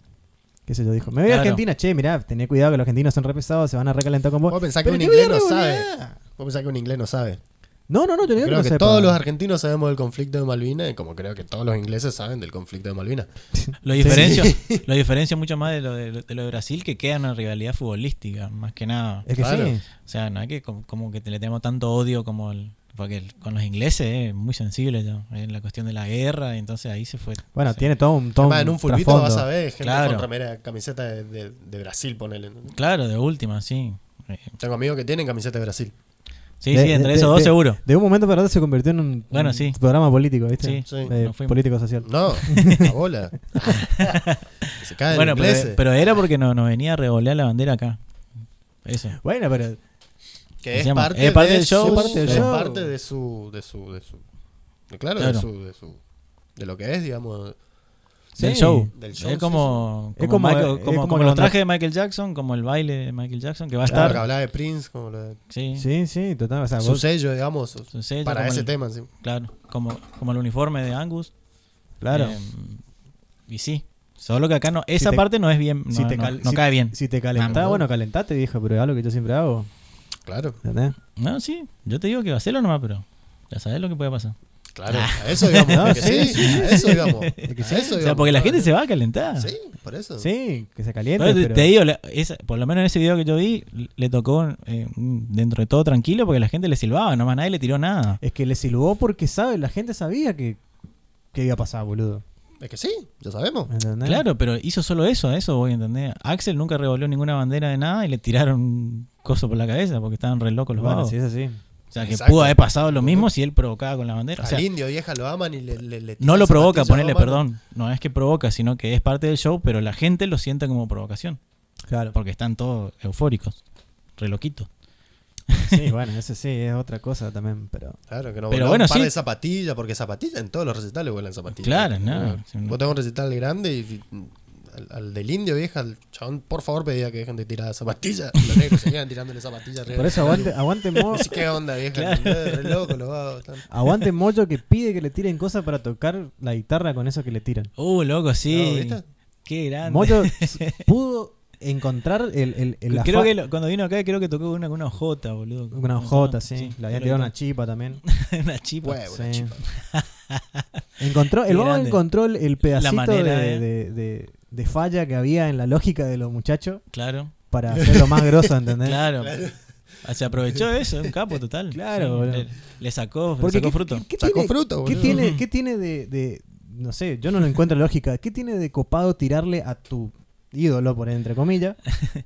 Speaker 1: Qué sé yo, dijo. Me voy a
Speaker 3: Claro.
Speaker 1: Argentina, che, mirá, tené cuidado que los argentinos son repesados, se van a recalentar con vos.
Speaker 2: Vos pensás que
Speaker 1: Pero
Speaker 2: un
Speaker 1: te voy a
Speaker 2: inglés no sabe.
Speaker 1: revolear.
Speaker 2: Vos pensás que un inglés no sabe.
Speaker 1: No, no, no, yo no digo
Speaker 2: creo
Speaker 1: no
Speaker 2: que
Speaker 1: sepa.
Speaker 2: todos los argentinos sabemos del conflicto de Malvinas, y como creo que todos los ingleses saben del conflicto de Malvinas.
Speaker 3: Lo diferencio, lo diferencio mucho más de lo de, de lo de Brasil que queda en una rivalidad futbolística, más que nada.
Speaker 1: Es que
Speaker 2: Claro.
Speaker 1: sí.
Speaker 3: O sea, no es que como, como que te- le tenemos tanto odio como el, porque el- con los ingleses es muy sensible ya, en la cuestión de la guerra, y entonces ahí se fue.
Speaker 1: Bueno,
Speaker 3: o sea,
Speaker 1: tiene todo un todo
Speaker 2: Además, en un fulbito
Speaker 1: trasfondo.
Speaker 2: vas a ver gente
Speaker 3: Claro.
Speaker 2: con remera, camiseta de, de- de Brasil, ponele.
Speaker 3: Claro, de última, sí. Eh,
Speaker 2: Tengo amigos que tienen camiseta de Brasil.
Speaker 3: Sí,
Speaker 1: De-
Speaker 3: sí, entre
Speaker 1: de-
Speaker 3: esos
Speaker 1: de-
Speaker 3: dos
Speaker 1: de-
Speaker 3: seguro.
Speaker 1: De un momento para otro se convirtió en un,
Speaker 3: Bueno,
Speaker 1: un
Speaker 3: sí.
Speaker 1: programa político, ¿viste?
Speaker 3: Sí,
Speaker 2: sí,
Speaker 1: Eh,
Speaker 3: nos fuimos.
Speaker 1: político social.
Speaker 2: No, la bola. Que se caen
Speaker 3: Bueno,
Speaker 2: Ah, ingleses.
Speaker 3: pero, pero era porque no- nos venía a revolear la bandera acá. Eso.
Speaker 1: Bueno, pero
Speaker 2: que es
Speaker 3: decíamos,
Speaker 2: parte,
Speaker 3: es parte
Speaker 2: de
Speaker 3: del show,
Speaker 2: su-
Speaker 1: parte del
Speaker 2: es
Speaker 1: show.
Speaker 2: parte de su, de su, de su, de- claro,
Speaker 3: Claro.
Speaker 2: de su, de su, de lo que es, digamos.
Speaker 1: Sí.
Speaker 3: Del show.
Speaker 2: Del show,
Speaker 3: es como,
Speaker 1: sí, sí.
Speaker 3: como
Speaker 1: Es como-
Speaker 3: Michael-
Speaker 1: es
Speaker 3: como-
Speaker 1: como
Speaker 3: como
Speaker 1: la
Speaker 3: los
Speaker 1: banda-
Speaker 3: trajes de Michael Jackson, como el baile de Michael Jackson, que va a
Speaker 2: Claro,
Speaker 3: estar.
Speaker 2: que hablaba de Prince, como lo de-
Speaker 3: Sí,
Speaker 1: sí, sí, total. O sea,
Speaker 2: su
Speaker 1: vos,
Speaker 2: sello, digamos, su-
Speaker 3: Su sello,
Speaker 2: para
Speaker 3: como
Speaker 2: ese
Speaker 3: el-
Speaker 2: tema. sí.
Speaker 3: claro. Como, como el uniforme de Angus.
Speaker 1: claro.
Speaker 3: Eh, y sí. Solo que acá no, esa
Speaker 1: te-
Speaker 3: parte no es bien. No,
Speaker 1: si te
Speaker 3: no-
Speaker 1: cal-
Speaker 3: no
Speaker 1: si-
Speaker 3: cae bien.
Speaker 1: Si te calentás,
Speaker 2: Mamá.
Speaker 1: bueno, calentate, vieja, pero es algo que yo siempre hago.
Speaker 2: Claro,
Speaker 1: ¿Entendés?
Speaker 3: No, sí. Yo te digo que va a hacerlo nomás, pero ya sabes lo que puede pasar.
Speaker 2: claro.
Speaker 3: Ah.
Speaker 2: A eso íbamos.
Speaker 1: No,
Speaker 2: de que
Speaker 1: sí,
Speaker 2: sí, a eso íbamos. de que sí, a eso
Speaker 3: O sea,
Speaker 2: íbamos,
Speaker 3: porque la
Speaker 2: claro.
Speaker 3: gente se va a calentar.
Speaker 2: Sí, por eso.
Speaker 1: Sí, que se caliente.
Speaker 3: Pero te-
Speaker 1: pero-
Speaker 3: Te digo, la- esa- por lo menos en ese video que yo vi, le tocó eh, un- dentro de todo tranquilo porque la gente le silbaba, nomás nadie le tiró nada.
Speaker 1: Es que le silbó porque sabe, la gente sabía que, que iba a pasar, boludo.
Speaker 2: Es que sí, ya sabemos.
Speaker 1: ¿Entendés?
Speaker 3: Claro, pero hizo solo eso, a eso voy a entender. Axel nunca revolvió ninguna bandera de nada y le tiraron un coso por la cabeza porque estaban re locos los
Speaker 1: Bueno,
Speaker 3: vagos.
Speaker 1: sí, es así.
Speaker 3: O sea, que
Speaker 2: Exacto.
Speaker 3: pudo haber pasado lo mismo si él provocaba con la bandera. O sea,
Speaker 2: Al indio, vieja, lo aman y le. le, le tiran
Speaker 3: no lo provoca,
Speaker 2: zapatillas, lo
Speaker 3: ponerle
Speaker 2: aman.
Speaker 3: perdón. No es que provoca, sino que es parte del show, pero la gente lo siente como provocación
Speaker 1: Claro.
Speaker 3: porque están todos eufóricos, re loquitos.
Speaker 1: Sí, bueno, eso sí, es otra cosa también, pero.
Speaker 2: Claro, que no
Speaker 3: Pero
Speaker 2: volaba
Speaker 3: bueno,
Speaker 2: un par
Speaker 3: sí.
Speaker 2: de zapatillas, porque zapatillas en todos los recitales vuelan zapatillas.
Speaker 3: Claro, no.
Speaker 2: Vos tenés un recital grande y y, al, al del indio, vieja, al chabón, por favor, pedía que dejen de tirar zapatillas. Los negros seguían tirándole zapatillas arriba.
Speaker 1: Por eso aguante, aguante, mo-
Speaker 2: Así, ¿Qué onda, vieja? ¿Entendés? Re loco, los vagos. están-
Speaker 1: aguante Moyo que pide que le tiren cosas para tocar la guitarra con eso que le tiran.
Speaker 3: Uh, loco,
Speaker 2: No,
Speaker 3: sí.
Speaker 2: ¿viste?
Speaker 3: Qué grande.
Speaker 1: Moyo s- pudo encontrar el. el, el la
Speaker 3: creo
Speaker 1: fa-
Speaker 3: que lo- cuando vino acá, creo que tocó una, una J, boludo.
Speaker 1: Una ojota, sí. Le había tirado una chipa también.
Speaker 3: una chipa.
Speaker 2: Huevo,
Speaker 1: Sí.
Speaker 2: la chipa.
Speaker 1: Encontró,
Speaker 3: Qué
Speaker 1: el vago
Speaker 3: grande.
Speaker 1: encontró el, el pedacito
Speaker 3: manera
Speaker 1: de,
Speaker 3: ¿eh? de-
Speaker 1: de- de- de falla que había en la lógica de los muchachos
Speaker 3: Claro,
Speaker 1: para hacerlo más grosso, ¿entendés?
Speaker 3: claro. Ah, Se aprovechó de eso, es un capo total.
Speaker 1: Claro,
Speaker 3: Sí,
Speaker 1: boludo.
Speaker 3: le, le sacó, le
Speaker 1: Porque
Speaker 3: sacó
Speaker 1: ¿qué-
Speaker 3: fruto.
Speaker 1: ¿qué, qué
Speaker 2: Sacó
Speaker 1: tiene,
Speaker 2: fruto,
Speaker 1: ¿qué
Speaker 2: boludo.
Speaker 1: tiene, qué tiene de, de- No sé, yo no lo encuentro lógica. ¿Qué tiene de copado tirarle a tu ídolo, por entre comillas,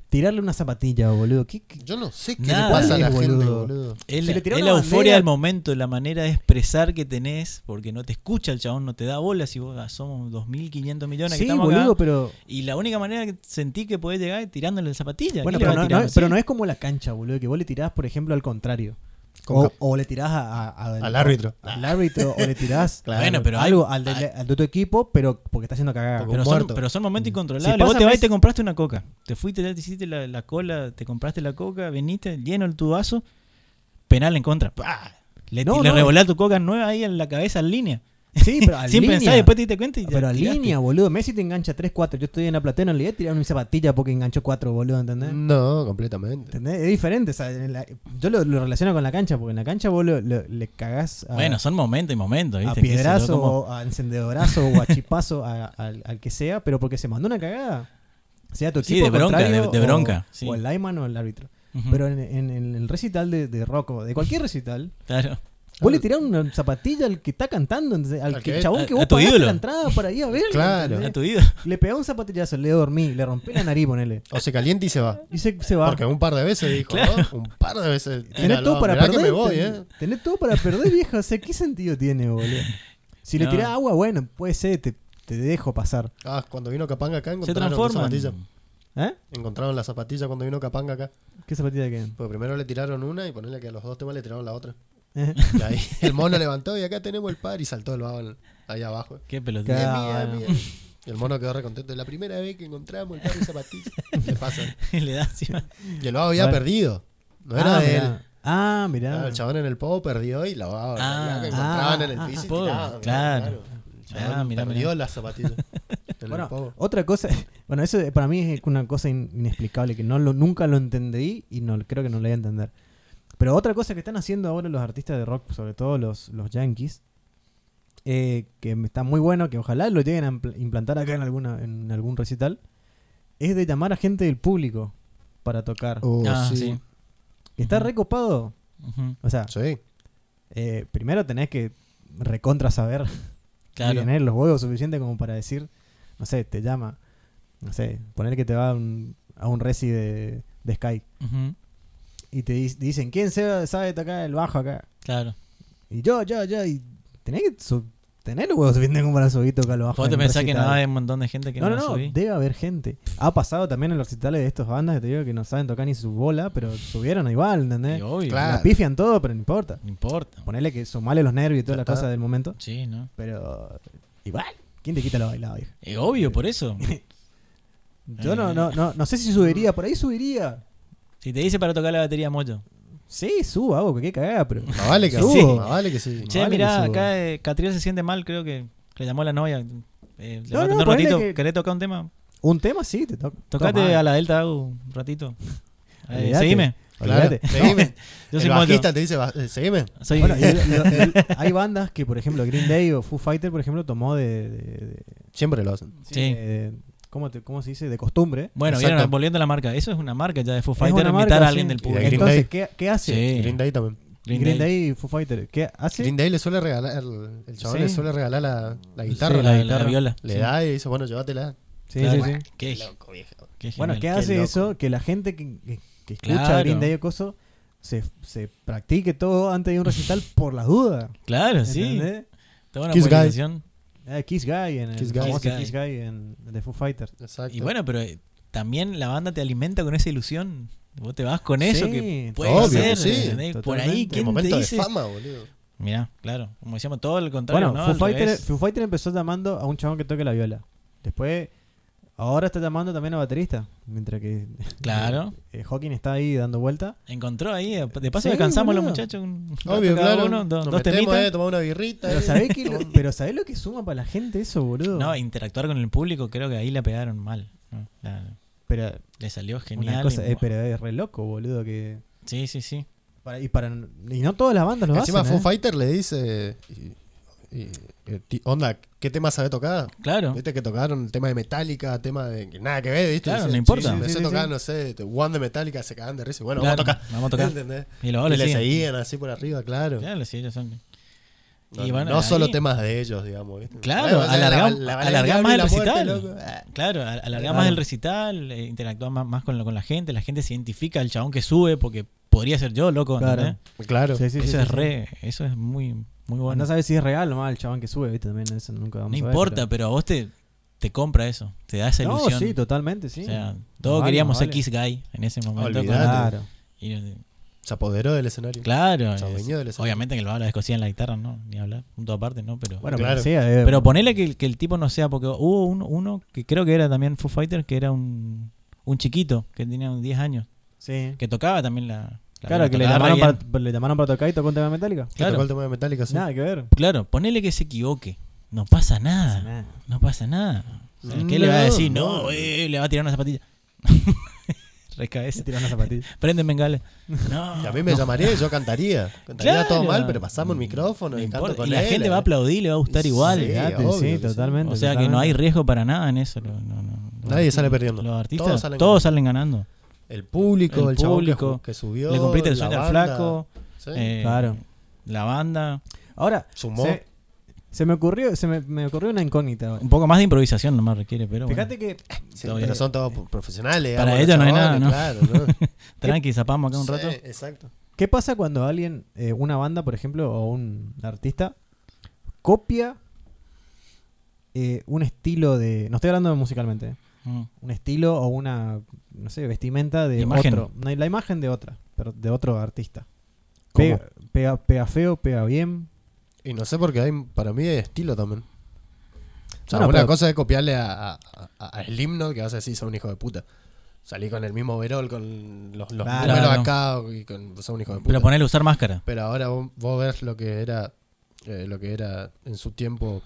Speaker 1: tirarle una zapatilla, boludo? ¿Qué, qué-
Speaker 2: Yo no sé qué
Speaker 3: Nada.
Speaker 2: le pasa a la
Speaker 1: Sí,
Speaker 2: gente,
Speaker 1: boludo.
Speaker 2: boludo.
Speaker 3: Es
Speaker 1: Si
Speaker 3: la,
Speaker 1: le tiró
Speaker 3: es
Speaker 1: una
Speaker 3: la
Speaker 1: bandera-
Speaker 3: euforia del momento, la manera de expresar que tenés, porque no te escucha el chabón, no te da bola si vos ah, somos 2.500 millones que
Speaker 1: sí,
Speaker 3: estamos
Speaker 1: boludo,
Speaker 3: acá.
Speaker 1: pero.
Speaker 3: Y la única manera que sentí que podés llegar es tirándole la zapatilla.
Speaker 1: Bueno,
Speaker 3: ¿Qué
Speaker 1: pero
Speaker 3: le vas a
Speaker 1: no,
Speaker 3: tirar?
Speaker 1: no-
Speaker 3: Sí.
Speaker 1: pero no es como la cancha, boludo, que vos le tirás, por ejemplo, al contrario.
Speaker 2: Con
Speaker 1: O,
Speaker 2: cap-
Speaker 1: o le tirás a- a- a-
Speaker 2: Al árbitro.
Speaker 1: Al árbitro, o le tirás
Speaker 2: Claro.
Speaker 3: Bueno, pero hay-
Speaker 1: algo al de, al de tu equipo, pero porque está haciendo cagada.
Speaker 2: Porque-
Speaker 3: Pero
Speaker 2: un
Speaker 3: son,
Speaker 2: muerto.
Speaker 3: pero son momentos
Speaker 1: Si
Speaker 3: incontrolables.
Speaker 1: Mm. pasa
Speaker 3: Vos te vas y
Speaker 1: mes-
Speaker 3: te compraste una coca. Te fuiste, ya te hiciste la, la cola, te compraste la coca, veniste lleno el tu vaso, penal en contra. ¡Pah! Le,
Speaker 1: No,
Speaker 3: le
Speaker 1: no.
Speaker 3: revolás tu coca nueva ahí en la cabeza en línea.
Speaker 1: Sí, pero al
Speaker 3: Sin
Speaker 1: línea. Ah,
Speaker 3: pensar, después te diste cuenta y te
Speaker 1: Pero al
Speaker 3: tiraste.
Speaker 1: línea, boludo. Messi te engancha 3, 4. Yo estoy en la platena, le voy a tirar una zapatilla porque enganchó 4, boludo,
Speaker 3: ¿Eh?
Speaker 1: ¿entendés?
Speaker 3: Mm.
Speaker 2: No, completamente.
Speaker 1: ¿Entendés? Es diferente. o sea, en la- yo lo, lo relaciono con la cancha, porque en la cancha vos lo- lo- le cagás a,
Speaker 3: Bueno, son momentos y momentos,
Speaker 1: ah. a
Speaker 3: ¿viste? Qué sé yo,
Speaker 1: piedrazo,
Speaker 3: como-
Speaker 1: o a encendedorazo o a chipazo, a- al, al que sea, pero porque se mandó una cagada. Sea tu
Speaker 3: Sí,
Speaker 1: equipo
Speaker 3: de bronca,
Speaker 1: contrario
Speaker 3: de- de
Speaker 1: o-
Speaker 3: bronca, sí.
Speaker 1: O el lineman o el árbitro.
Speaker 3: Ujú,
Speaker 1: Pero en, en- en el recital de, de Rocco, de cualquier recital,
Speaker 3: claro.
Speaker 1: vos le tirás una zapatilla al que está cantando, ¿entendés? al
Speaker 2: Al
Speaker 1: que,
Speaker 2: que-
Speaker 1: chabón
Speaker 3: a-
Speaker 1: que
Speaker 3: a
Speaker 1: vos
Speaker 3: tu
Speaker 1: pagaste
Speaker 3: ídolo.
Speaker 1: la entrada para ir a verlo.
Speaker 2: Claro.
Speaker 1: ¿entendés?
Speaker 3: A tu vida.
Speaker 1: Le pegó un zapatillazo, le dormí, le rompí la nariz, ponele.
Speaker 2: O se calienta y se va.
Speaker 1: Y se, se va.
Speaker 2: Porque un par de veces dijo,
Speaker 3: Claro.
Speaker 2: ¿no? Un par de veces.
Speaker 1: Tenés
Speaker 2: tíralo,
Speaker 1: todo para
Speaker 2: mirá
Speaker 1: perder.
Speaker 2: que me voy,
Speaker 1: ten-
Speaker 2: ¿eh?
Speaker 1: Tenés todo para perder, vieja. O sea, ¿qué sentido tiene, boludo? Si le
Speaker 3: No.
Speaker 1: tirás agua, bueno, puede ser, te, te dejo pasar.
Speaker 2: Ah, cuando vino Capanga acá
Speaker 3: Se
Speaker 2: encontraron la
Speaker 3: transforman.
Speaker 2: zapatilla.
Speaker 1: ¿Eh?
Speaker 2: Encontraron la zapatilla cuando vino Capanga acá.
Speaker 1: ¿Qué zapatilla que?
Speaker 2: Pues primero le tiraron una y ponerle que a los dos temas le tiraron la otra.
Speaker 1: ¿Eh?
Speaker 2: Y ahí el mono levantó y acá tenemos el par y saltó el vago en- ahí abajo.
Speaker 3: Qué
Speaker 1: Claro.
Speaker 3: pelotita.
Speaker 2: Es
Speaker 1: Ah,
Speaker 2: mía, es
Speaker 1: bueno.
Speaker 2: mía. Y el mono quedó recontento. La primera vez que encontramos el par de zapatillas. Le pasa.
Speaker 3: Le da encima.
Speaker 2: Y el vago había
Speaker 1: Bueno.
Speaker 2: perdido. No era
Speaker 1: ah,
Speaker 2: de él.
Speaker 1: mirá. Ah, mirá.
Speaker 2: Claro, el chabón en el povo perdió y la vago.
Speaker 3: Ah,
Speaker 2: la que
Speaker 3: ah,
Speaker 2: encontraban en
Speaker 1: ah,
Speaker 2: el piso y
Speaker 3: povo,
Speaker 2: tiraban,
Speaker 3: claro.
Speaker 2: El chabón
Speaker 3: Ah, mirá,
Speaker 2: perdió
Speaker 3: mirá.
Speaker 2: las zapatillas. en el
Speaker 1: Bueno,
Speaker 2: povo.
Speaker 1: otra cosa, bueno, eso eh, para mí es una cosa in- inexplicable que no lo, nunca lo entendí y no creo que no lo voy a entender. Pero otra cosa que están haciendo ahora los artistas de rock, sobre todo los, los yankees, eh, que está muy bueno, que ojalá lo lleguen a impl- implantar acá en, alguna, en algún recital, es de llamar a gente del público para tocar.
Speaker 2: Oh, Uh,
Speaker 3: Ah, sí.
Speaker 1: Está recopado.
Speaker 3: Ujú,
Speaker 1: O sea,
Speaker 2: Sí.
Speaker 1: eh, primero tenés que recontra saber
Speaker 3: Claro.
Speaker 1: tener los huevos suficientes como para decir, no sé, te llama, no sé, poner que te va a un, a un reci de, de Sky
Speaker 3: Ujú,
Speaker 1: y te di- dicen, ¿quién se- sabe tocar el bajo acá?
Speaker 3: Claro.
Speaker 1: Y yo, yo, yo, y tenés que su- tener los huevos suficientes como para subir y tocar el bajo.
Speaker 3: Vos te
Speaker 1: en un
Speaker 3: pensás que no
Speaker 1: recital.
Speaker 3: hay un montón de gente que
Speaker 1: No,
Speaker 3: no,
Speaker 1: no,
Speaker 3: la
Speaker 1: no,
Speaker 3: subí?
Speaker 1: debe haber gente. Ha pasado también en los recitales de estas bandas que te digo que no saben tocar ni su bola, pero subieron igual,
Speaker 3: Y
Speaker 1: ¿entendés?
Speaker 3: obvio,
Speaker 2: Claro.
Speaker 1: La pifian todo, pero no importa.
Speaker 3: No importa.
Speaker 1: Ponele que sumale los nervios y todas
Speaker 2: Ya
Speaker 1: las
Speaker 2: está.
Speaker 1: cosas del momento,
Speaker 3: Sí, ¿no?
Speaker 1: pero igual, ¿quién te quita lo bailado, viejo?
Speaker 3: Es obvio, por eso.
Speaker 1: Yo no, no, no, no sé si subiría, por ahí subiría.
Speaker 3: Si te dice para tocar la batería, mocho.
Speaker 1: Sí, subo, hago que qué cagada, pero.
Speaker 2: Más vale que
Speaker 1: Sí.
Speaker 2: sí. Más vale que sí.
Speaker 3: Che,
Speaker 1: vale
Speaker 3: mirá,
Speaker 1: que suba.
Speaker 3: acá eh, Catriel se siente mal, creo que que le llamó la novia. Eh, le
Speaker 1: No,
Speaker 3: va a
Speaker 1: no,
Speaker 3: atender un
Speaker 1: ponele
Speaker 3: ratito.
Speaker 1: que-
Speaker 3: ¿Querés tocar un tema?
Speaker 1: Un tema sí, te toca.
Speaker 3: Tocate a la Delta Agu un ratito. Eh,
Speaker 1: Olvídate.
Speaker 3: seguime.
Speaker 2: Claro,
Speaker 1: Olvídate.
Speaker 2: seguime.
Speaker 3: Yo
Speaker 2: el
Speaker 3: soy mocho.
Speaker 2: bajista te dice, "Ba- eh, seguime.
Speaker 3: Soy
Speaker 1: Bueno, y lo- y lo- hay bandas que, por ejemplo, Green Day o Foo Fighter, por ejemplo, tomó de. de- de-
Speaker 2: Siempre lo hacen.
Speaker 3: Sí.
Speaker 1: de- ¿cómo, te- ¿Cómo se dice? De costumbre.
Speaker 3: Bueno,
Speaker 2: Exacto.
Speaker 3: vieron, volviendo a la marca. Eso es una marca ya de Foo
Speaker 1: Es
Speaker 3: Fighter
Speaker 1: una
Speaker 3: invitar
Speaker 1: marca,
Speaker 3: a alguien
Speaker 1: sí.
Speaker 3: del
Speaker 2: de
Speaker 3: público.
Speaker 2: Green
Speaker 1: Entonces,
Speaker 2: Day.
Speaker 1: ¿qué, qué hace?
Speaker 3: Sí.
Speaker 2: Green Day también.
Speaker 1: Green, Day. y Foo Fighter, ¿qué hace?
Speaker 2: Green Day le suele regalar, el, el chabón
Speaker 1: Sí.
Speaker 2: le suele regalar la, la guitarra.
Speaker 3: Sí, la- la viola.
Speaker 2: Le
Speaker 3: Sí.
Speaker 2: da y dice, bueno, llévatela.
Speaker 1: Sí,
Speaker 3: Claro.
Speaker 1: sí, sí.
Speaker 3: Qué,
Speaker 2: Loco, viejo.
Speaker 3: qué
Speaker 1: Bueno,
Speaker 3: genial.
Speaker 1: ¿qué hace
Speaker 2: loco.
Speaker 1: eso? Que la gente que, que- que escucha
Speaker 3: Claro.
Speaker 1: Green Day o coso se, se practique todo antes de un recital por las dudas.
Speaker 3: Claro, sí.
Speaker 1: ¿Entendés?
Speaker 3: Toda una
Speaker 2: Kiss Guy.
Speaker 3: movilización.
Speaker 1: Ah, Kiss Guy en el
Speaker 2: Kiss Guy.
Speaker 1: famoso
Speaker 3: Kiss Guy.
Speaker 1: Kiss Guy en The Foo Fighters.
Speaker 2: Exacto.
Speaker 3: Y bueno, pero eh, también la banda te alimenta con esa ilusión. Vos te vas con eso
Speaker 1: Sí,
Speaker 3: que puede
Speaker 2: obvio,
Speaker 3: ser.
Speaker 2: sí,
Speaker 3: ¿entendés? Por ahí,
Speaker 1: totalmente.
Speaker 2: el
Speaker 3: ¿quién te
Speaker 2: momento
Speaker 3: dice?
Speaker 2: de fama, boludo.
Speaker 3: Mirá, claro. Como decíamos, todo el contrario.
Speaker 1: Bueno,
Speaker 3: ¿no?
Speaker 1: Foo,
Speaker 3: Al
Speaker 1: Fighter,
Speaker 3: revés.
Speaker 1: Foo Fighter empezó llamando a un chabón que toque la viola. Después, ahora está llamando también a baterista. Mientras que
Speaker 3: Claro.
Speaker 1: eh, Hawking está ahí dando vuelta.
Speaker 3: Encontró ahí. eh, De
Speaker 1: Sí,
Speaker 3: paso descansamos los
Speaker 1: boludo.
Speaker 3: muchachos. Un rato
Speaker 2: Obvio,
Speaker 3: cada
Speaker 2: claro.
Speaker 3: uno, do-
Speaker 2: Nos
Speaker 3: dos
Speaker 2: metemos,
Speaker 3: temitas.
Speaker 2: eh, tomamos una birrita.
Speaker 1: Pero
Speaker 2: eh.
Speaker 1: ¿sabés, que lo, pero ¿sabés lo que suma para la gente eso, boludo?
Speaker 3: No, interactuar con el público, creo que ahí la pegaron mal. ¿no? La-
Speaker 1: pero
Speaker 3: le salió genial.
Speaker 1: una cosa,
Speaker 3: y-
Speaker 1: eh, pero es re loco, boludo. que
Speaker 3: Sí, sí, sí.
Speaker 1: para- y, para, y no todas las bandas lo
Speaker 2: Encima
Speaker 1: hacen.
Speaker 2: Foo
Speaker 1: eh.
Speaker 2: Fighter le dice, y- y- y- ti- onda, ¿qué tema sabe tocar?
Speaker 3: Claro.
Speaker 2: Viste que tocaron el tema de Metallica, tema de que nada que ver, ¿viste?
Speaker 3: Claro,
Speaker 2: Dice,
Speaker 3: no importa.
Speaker 2: sí, sí,
Speaker 1: Sí,
Speaker 2: empecé
Speaker 1: sí,
Speaker 2: a tocar,
Speaker 1: sí.
Speaker 2: no sé, The One de Metallica, se cagan de risa. y Bueno,
Speaker 3: Claro,
Speaker 2: vamos a tocar.
Speaker 3: vamos a tocar.
Speaker 2: ¿Entendés?
Speaker 3: Y los
Speaker 2: Y
Speaker 3: goles
Speaker 2: le
Speaker 3: siguen.
Speaker 2: seguían así por arriba, claro.
Speaker 3: Claro, sí, ellos son.
Speaker 2: No,
Speaker 3: Y bueno,
Speaker 2: no
Speaker 3: ahí-
Speaker 2: solo temas de ellos, digamos. ¿viste?
Speaker 3: Claro,
Speaker 2: Bueno, la-
Speaker 3: alargamos-
Speaker 2: la- la Valeria
Speaker 3: alargamos
Speaker 2: Gabriel, la
Speaker 3: el
Speaker 2: muerte,
Speaker 3: recital.
Speaker 2: loco. Ah,
Speaker 3: Claro, al- alargá
Speaker 1: Claro.
Speaker 3: más el recital, eh, interactúa más, más con, lo- con la gente, la gente se identifica al chabón que sube porque podría ser yo, loco.
Speaker 1: Claro.
Speaker 3: ¿entendés?
Speaker 2: Claro.
Speaker 1: Sí, sí, sí,
Speaker 3: eso
Speaker 1: sí,
Speaker 3: es
Speaker 1: sí.
Speaker 3: re, eso es muy, muy bueno.
Speaker 1: No sabes si es real o mal el chabón que sube, ¿viste? También eso nunca
Speaker 3: No
Speaker 1: vamos a ver,
Speaker 3: importa,
Speaker 1: pero-
Speaker 3: pero... a vos te, te compra eso, te da esa
Speaker 1: No,
Speaker 3: ilusión.
Speaker 1: sí, totalmente, sí.
Speaker 3: O sea, todos
Speaker 1: Vale,
Speaker 3: queríamos ser
Speaker 1: vale.
Speaker 3: Kiss Guy en ese momento.
Speaker 2: Olvidate.
Speaker 3: con-
Speaker 1: Claro.
Speaker 3: y-
Speaker 2: Se apoderó del escenario.
Speaker 3: claro,
Speaker 2: Se adueñó
Speaker 3: es-
Speaker 2: del escenario.
Speaker 3: obviamente que el bala de Escocía en la guitarra, no, ni hablar, punto aparte, no, pero.
Speaker 1: Bueno,
Speaker 2: Claro.
Speaker 1: pero sí, eh,
Speaker 3: Pero ponele que, el- que el tipo no sea, porque hubo un- uno que creo que era también Foo Fighter, que era un, un chiquito, que tenía un 10 años,
Speaker 1: sí.
Speaker 3: que tocaba también la... la-
Speaker 1: Claro,
Speaker 3: la
Speaker 1: que le
Speaker 3: tocaba
Speaker 1: llamaron,
Speaker 3: re bien.
Speaker 1: para, le llamaron para tocar y tocó un tema metálico.
Speaker 2: Que tocó
Speaker 3: Claro,
Speaker 2: el tema de Metallica, sí.
Speaker 1: Nada que ver.
Speaker 3: claro, ponele que se equivoque, No pasa nada.
Speaker 1: nada.
Speaker 3: No pasa nada. O sea, ¿Qué le va a
Speaker 2: No,
Speaker 3: decir?
Speaker 2: no.
Speaker 3: No, eh, le va a tirar una zapatilla.
Speaker 1: Se
Speaker 3: Recabeza.
Speaker 1: tiró una zapatilla.
Speaker 3: Prende bengala. No.
Speaker 2: Y a mí me llamaría y yo cantaría. Cantaría
Speaker 3: Claro.
Speaker 2: todo mal, pero pasamos el micrófono
Speaker 3: no
Speaker 2: y canto
Speaker 3: importa.
Speaker 2: con
Speaker 3: Y la
Speaker 2: él,
Speaker 3: gente va a
Speaker 2: eh.
Speaker 3: aplaudir, le va a gustar igual.
Speaker 2: Sí,
Speaker 3: ¿verdad?
Speaker 2: obvio
Speaker 1: sí,
Speaker 2: que sí.
Speaker 1: totalmente.
Speaker 3: O sea que no hay
Speaker 1: totalmente.
Speaker 3: riesgo para nada en eso. lo- no, no. Los
Speaker 2: Nadie sale
Speaker 3: artistas-
Speaker 2: perdiendo.
Speaker 3: Los artistas,
Speaker 2: Todos
Speaker 3: todos
Speaker 2: salen
Speaker 3: salen, ganando.
Speaker 2: El público, el,
Speaker 3: El
Speaker 2: público
Speaker 3: público.
Speaker 2: que, subió.
Speaker 3: Le compriste el
Speaker 2: la
Speaker 3: suéter al
Speaker 2: banda.
Speaker 3: flaco.
Speaker 2: Sí.
Speaker 3: eh,
Speaker 1: Claro.
Speaker 3: La banda.
Speaker 1: Ahora,
Speaker 2: Sumó.
Speaker 1: Se, se me ocurrió, se me, me ocurrió una incógnita. ahora.
Speaker 3: Un poco más de improvisación nomás requiere, pero bueno.
Speaker 1: Fíjate que
Speaker 2: Sí,
Speaker 3: Está
Speaker 2: pero
Speaker 3: bien.
Speaker 2: son todos pro- profesionales.
Speaker 3: Para
Speaker 2: digamos,
Speaker 3: ellos no hay
Speaker 2: chabones,
Speaker 3: nada, ¿no?
Speaker 2: Claro, ¿no?
Speaker 3: Tranqui, zapamos acá un
Speaker 2: Sí,
Speaker 3: rato.
Speaker 2: Exacto.
Speaker 1: ¿Qué pasa cuando alguien, eh, una banda, por ejemplo, o un artista, copia eh, un estilo de. No estoy hablando musicalmente. eh,
Speaker 3: Mm.
Speaker 1: Un estilo o una, no sé, vestimenta de
Speaker 3: La imagen.
Speaker 1: otro. no, La imagen de otra, pero de otro artista.
Speaker 2: ¿Cómo?
Speaker 1: Pega, pega, pega feo, pega bien.
Speaker 2: Y no sé porque hay, para mí hay estilo también. O sea,
Speaker 1: Bueno,
Speaker 2: una
Speaker 1: pero-
Speaker 2: cosa es copiarle a, a, a- a Slim, ¿no? que vas a decir, sos un hijo de puta. Salí con el mismo verol, con los, los
Speaker 1: Claro.
Speaker 2: números acá, y con, sos un hijo de puta.
Speaker 3: Pero ponele a usar máscara.
Speaker 2: Pero ahora vos, vos ves lo que era eh, lo que era en su tiempo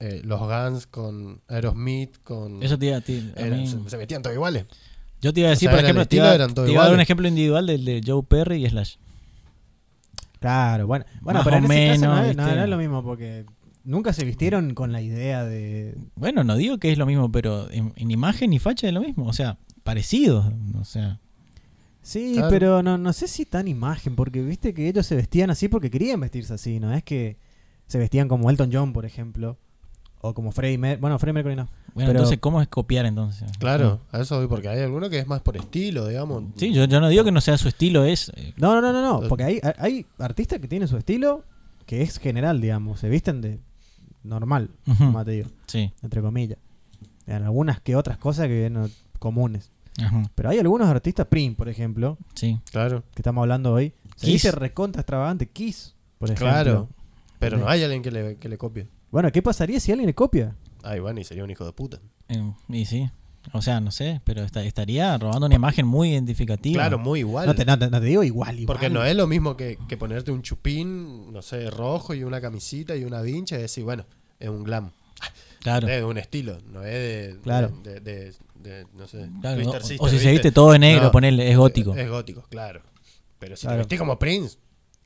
Speaker 2: eh, los Guns con Aerosmith, con...
Speaker 3: Eso te iba a, ti- a
Speaker 2: Mm. eran-
Speaker 3: mí-
Speaker 2: se, se metían todos iguales.
Speaker 3: Yo te iba a decir,
Speaker 2: sea,
Speaker 3: por
Speaker 2: era el
Speaker 3: ejemplo, te
Speaker 2: estilo,
Speaker 3: iba,
Speaker 2: eran todos
Speaker 3: te iba a dar un
Speaker 2: iguales.
Speaker 3: ejemplo individual del de Joe Perry y Slash.
Speaker 1: Claro, bueno. Bueno,
Speaker 3: Más
Speaker 1: pero en
Speaker 3: o
Speaker 1: ese caso
Speaker 3: menos,
Speaker 1: no es- no,
Speaker 3: ¿viste?
Speaker 1: no es lo mismo porque nunca se vistieron con la idea de.
Speaker 3: Bueno, no digo que es lo mismo, pero en, en imagen y facha es lo mismo. O sea, parecidos. O sea,
Speaker 1: Sí,
Speaker 2: Claro.
Speaker 1: pero no, no sé si tan imagen, porque viste que ellos se vestían así porque querían vestirse así, ¿no? Es que se vestían como Elton John, por ejemplo, o como Freddie Mercury. Bueno, Freddie Mercury no.
Speaker 3: bueno,
Speaker 1: Pero-
Speaker 3: entonces, ¿cómo es copiar entonces?
Speaker 2: Claro, Ah. a eso voy, porque hay alguno que es más por estilo, digamos.
Speaker 3: Sí, yo, yo no digo que no sea su estilo, es. eh,
Speaker 1: No, no, no, no, no, porque hay, hay artistas que tienen su estilo que es general, digamos, se visten de normal,
Speaker 3: Ujú.
Speaker 1: como te digo,
Speaker 3: Sí.
Speaker 1: entre comillas. En algunas que otras cosas que no comunes.
Speaker 3: Ajá.
Speaker 1: Pero hay algunos artistas, Prim, por ejemplo,
Speaker 3: Sí.
Speaker 2: Claro,
Speaker 1: que estamos hablando hoy, se
Speaker 3: Kiss.
Speaker 1: dice recontra extravagante, Kiss, por ejemplo.
Speaker 2: claro. Pero no
Speaker 1: Sí.
Speaker 2: hay alguien que le, que le copie.
Speaker 1: Bueno, ¿qué pasaría si alguien le copia?
Speaker 2: Ay, bueno, y sería un hijo de puta.
Speaker 3: Eh, y sí. O sea, no sé, pero esta- estaría robando una imagen muy identificativa.
Speaker 2: Claro, muy igual.
Speaker 1: No te, no te- no te digo igual, igual.
Speaker 2: porque no es lo mismo que, que ponerte un chupín, no sé, rojo y una camisita y una vincha y decir, bueno, es un glam.
Speaker 3: Claro.
Speaker 2: Es de un estilo, no es de.
Speaker 1: Claro.
Speaker 2: De, de- de- no sé.
Speaker 3: Claro,
Speaker 2: Twister
Speaker 3: o-
Speaker 2: Sister,
Speaker 3: o si se
Speaker 2: ¿viste? eh,
Speaker 3: viste todo de negro, ponele, es gótico.
Speaker 2: Es gótico, claro. Pero si
Speaker 1: Claro.
Speaker 2: te vestís como Prince,